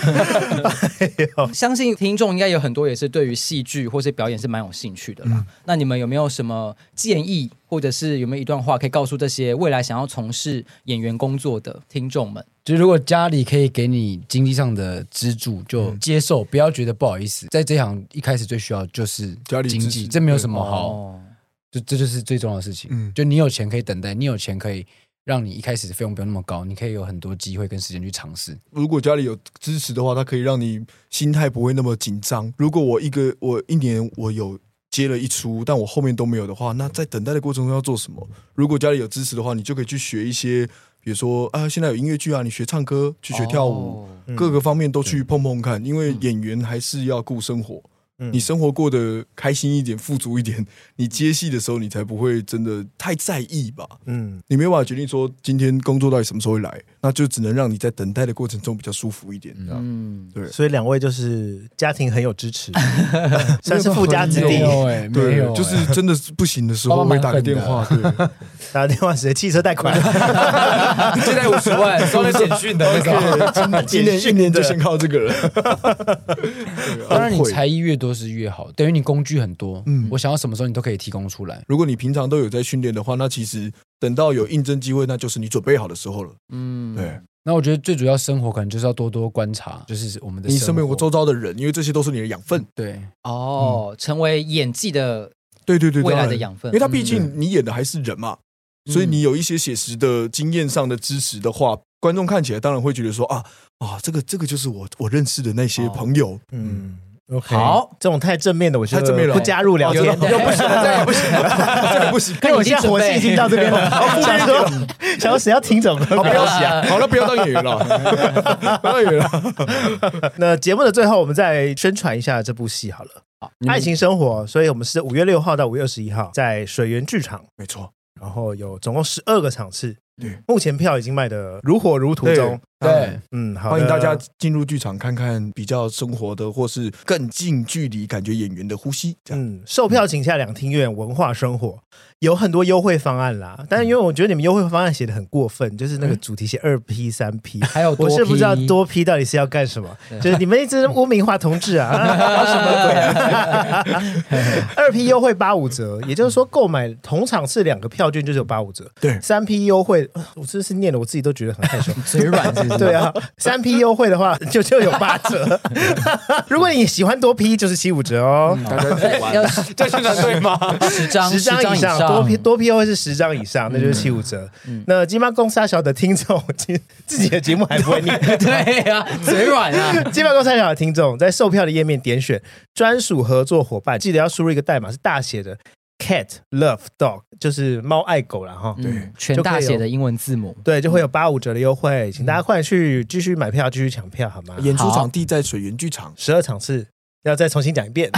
Speaker 2: 相信听众应该有很多也是对于戏剧或是表演是蛮有兴趣的啦。那你们有没有什么建议，或者是有没有一段话可以告诉这些未来想要从事演员工作的听众们？
Speaker 4: 就是如果家里可以给你经济上的资助，就接受，不要觉得不好意思。在这行一开始最需要就是
Speaker 3: 家里
Speaker 4: 经
Speaker 3: 支
Speaker 4: 济，
Speaker 3: 持
Speaker 4: 这没有什么好，
Speaker 2: 哦，
Speaker 4: 就这就是最重要的事情。
Speaker 3: 嗯
Speaker 4: 就你有钱可以等待，你有钱可以让你一开始的费用不要那么高，你可以有很多机会跟时间去尝 试。
Speaker 3: 如果家里有支持的话，它可以让你心态不会那么紧张。如果我一个我一年我有接了一出，但我后面都没有的话，那在等待的过程中要做什么？如果家里有支持的话，你就可以去学一些，比如说啊，现在有音乐剧啊，你学唱歌，去学跳舞，
Speaker 1: 嗯
Speaker 3: 各个方面都去碰碰看。因为演员还是要顾生活，
Speaker 1: 嗯
Speaker 3: 你生活过得开心一点、富足一点，你接戏的时候你才不会真的太在意吧。
Speaker 1: 嗯，
Speaker 3: 你没有办法决定说今天工作到底什么时候会来，那就只能让你在等待的过程中比较舒服一点。这样
Speaker 2: 嗯，
Speaker 1: 所以两位就是家庭很有支 持，算是富家子
Speaker 4: 没
Speaker 1: 弟。
Speaker 4: 有哎，没
Speaker 3: 对
Speaker 4: 有，哎
Speaker 3: 就是真的是不行的时
Speaker 4: 爸
Speaker 3: 候
Speaker 4: 妈
Speaker 3: 会
Speaker 4: 蛮
Speaker 3: 打个电话，对，
Speaker 1: 打电话谁？汽车贷款，
Speaker 4: 借贷五十万，收了简讯的 那种。
Speaker 3: 今年一年就先靠这个了。对啊
Speaker 4: 当然，你
Speaker 3: 会
Speaker 4: 才艺越多是越好，等于你工具很多。嗯，我想要什么时候你都可以提供出来。
Speaker 3: 如果你平常都有在训练的话，那其实等到有应征机会，那就是你准备好的时候了。
Speaker 2: 嗯，
Speaker 3: 对，
Speaker 4: 那我觉得最主要生活可能就是要多多观察，就是我们的
Speaker 3: 你身边
Speaker 4: 活
Speaker 3: 我周遭的人，因为这些都是你的养分。
Speaker 4: 对，
Speaker 2: 哦，成为演技的
Speaker 3: 对对对，
Speaker 2: 未来
Speaker 3: 当
Speaker 2: 的
Speaker 3: 然
Speaker 2: 养分
Speaker 3: 因为他毕竟你演的还是人嘛，所以
Speaker 2: 嗯
Speaker 3: 你有一些写实的经验上的支持的话，观众看起来当然会觉得说啊啊，这个这个就是我我认识的那些朋友，
Speaker 1: 嗯，OK，
Speaker 2: 好，
Speaker 1: 这种太正面的，我觉
Speaker 3: 太正面
Speaker 1: 得
Speaker 3: 了
Speaker 1: 不加入聊天，
Speaker 2: 有有不行
Speaker 1: 这样不行，
Speaker 3: 这个不行。
Speaker 1: 因为我现在火气已经到这边了，想说想说谁要听这种歌
Speaker 3: 好，不要
Speaker 1: 啊？
Speaker 3: 想，好了，不要当演员了，不要当演员了。
Speaker 1: 那节目的最后，我们再宣传一下这部戏好了，《爱情生活》。所以我们是五月六号到五月二十一号在水源剧场，
Speaker 3: 没错，
Speaker 1: 然后有总共十二个场次，目前票已经卖的如火如荼中，
Speaker 4: 对，
Speaker 1: 嗯，好的，
Speaker 3: 欢迎大家进入剧场看看比较生活的，或是更近距离感觉演员的呼吸。这样，
Speaker 1: 嗯，售票请下两厅院文化生活，有很多优惠方案啦。但是因为我觉得你们优惠方案写的很过分，就是那个主题写二 P 三 P，
Speaker 2: 还嗯有多
Speaker 1: 我是不知道
Speaker 2: 批
Speaker 1: 多 P 到底是要干 什么，就是你们一直污名化同志啊，啊什么鬼啊？二 P 优惠八五折，也就是说购买同场次两个票券就是有八五折。
Speaker 3: 对
Speaker 1: 三 P 优惠，呃我真是念的我自己都觉得很害羞。
Speaker 2: 嘴软是不是？
Speaker 1: 对啊，三 P 优惠的话就就有八 折。如果你喜欢多 P 就是七五折哦。
Speaker 2: 嗯
Speaker 3: 大家去玩
Speaker 2: 要
Speaker 4: 这宣传对吗？
Speaker 2: 十张
Speaker 1: 十张以上，嗯多
Speaker 2: 多
Speaker 1: 批多批优惠是十张以上，那就是七五折。那金马公沙小的听众，其实自己的节目还不会念。
Speaker 2: 对呀、啊，嘴软啊，
Speaker 1: 金马公沙小的听众，在售票的页面点选专属合作伙伴，记得要输入一个代码，是大写的 Cat Love Dog，就是猫爱狗啦。哈。
Speaker 2: 嗯，全大写的英文字母，
Speaker 1: 对，就会有八五折的优惠，请大家快去继续买票，继续抢票，好吗？
Speaker 3: 演出
Speaker 2: 好
Speaker 3: 场地在水源剧场，
Speaker 1: 十二场次，要再重新讲一 遍。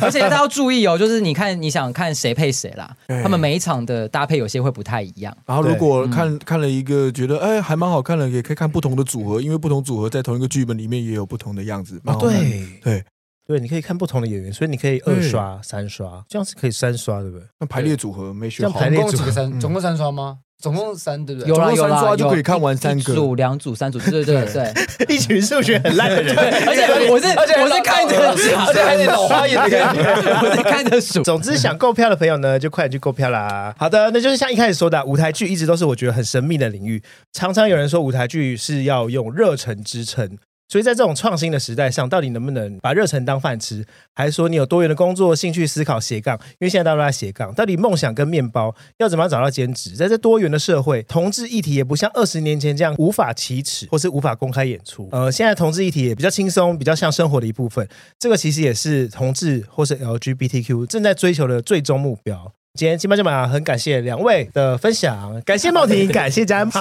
Speaker 2: 而且大家要注意哦，就是你看你想看谁配谁啦，
Speaker 3: 对
Speaker 2: 他们每一场的搭配有些会不太一样。
Speaker 3: 然后
Speaker 1: 对嗯
Speaker 3: 如果看看了一个觉得哎还蛮好看的，也可以看不同的组合，因为不同组合在同一个剧本里面也有不同的样子。
Speaker 1: 哦
Speaker 3: 蛮好看的，
Speaker 1: 对
Speaker 3: 对，
Speaker 1: 对，你可以看不同的演员，所以你可以二刷、三刷，这样是可以三刷，对不对？
Speaker 3: 那排列组合没学
Speaker 1: 这样
Speaker 3: 好
Speaker 1: 排，
Speaker 4: 总
Speaker 1: 列
Speaker 4: 共几个
Speaker 3: 嗯
Speaker 4: 三？总共三双吗？总共三，对不对？
Speaker 2: 有啦
Speaker 3: 总共
Speaker 2: 有
Speaker 3: 三
Speaker 2: 啦，
Speaker 3: 刷就
Speaker 2: 有
Speaker 3: 可以看完三个
Speaker 2: 一组、两组、三组，对对对对。
Speaker 1: 一群数学很烂的人，
Speaker 2: 而且我是
Speaker 4: 而且
Speaker 2: 我是看着，
Speaker 4: 而且还是老花眼的感觉。
Speaker 2: 我是看着数。
Speaker 1: 总之，想购票的朋友呢，就快点去购票啦。好的，那就是像一开始说的，舞台剧一直都是我觉得很神秘的领域。常常有人说，舞台剧是要用热忱支撑。所以在这种创新的时代上，到底能不能把热忱当饭吃，还是说你有多元的工作、兴趣、思考、斜杠？因为现在大家都在斜杠，到底梦想跟面包要怎么样找到兼职？在这多元的社会，同志议题也不像二十年前这样无法启齿，或是无法公开演出。呃，现在同志议题也比较轻松，比较像生活的一部分。这个其实也是同志或是 LGBTQ 正在追求的最终目标。今天金马金马很感谢两位的分享，感谢梦婷，感谢詹姆斯。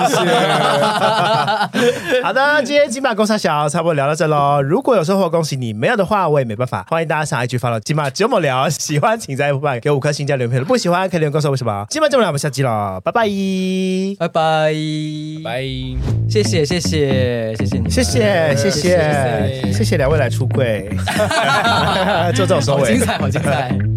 Speaker 1: 好的，今天金马公差小差不多聊到这喽。如果有收获，恭喜你；没有的话，我也没办法。欢迎大家上 IG 发到金马九某聊，喜欢请在 Apple Podcast 给我五颗星加留言评论，不喜欢可以留言告诉我为什么。金马九某聊，我们下期了，拜拜，谢
Speaker 2: 拜拜，
Speaker 4: 拜。
Speaker 2: 谢谢谢谢谢谢你们，
Speaker 1: 谢谢
Speaker 4: 谢
Speaker 1: 谢谢谢两位来出柜，做这种收
Speaker 2: 好
Speaker 1: 尾
Speaker 2: 精。彩好精彩。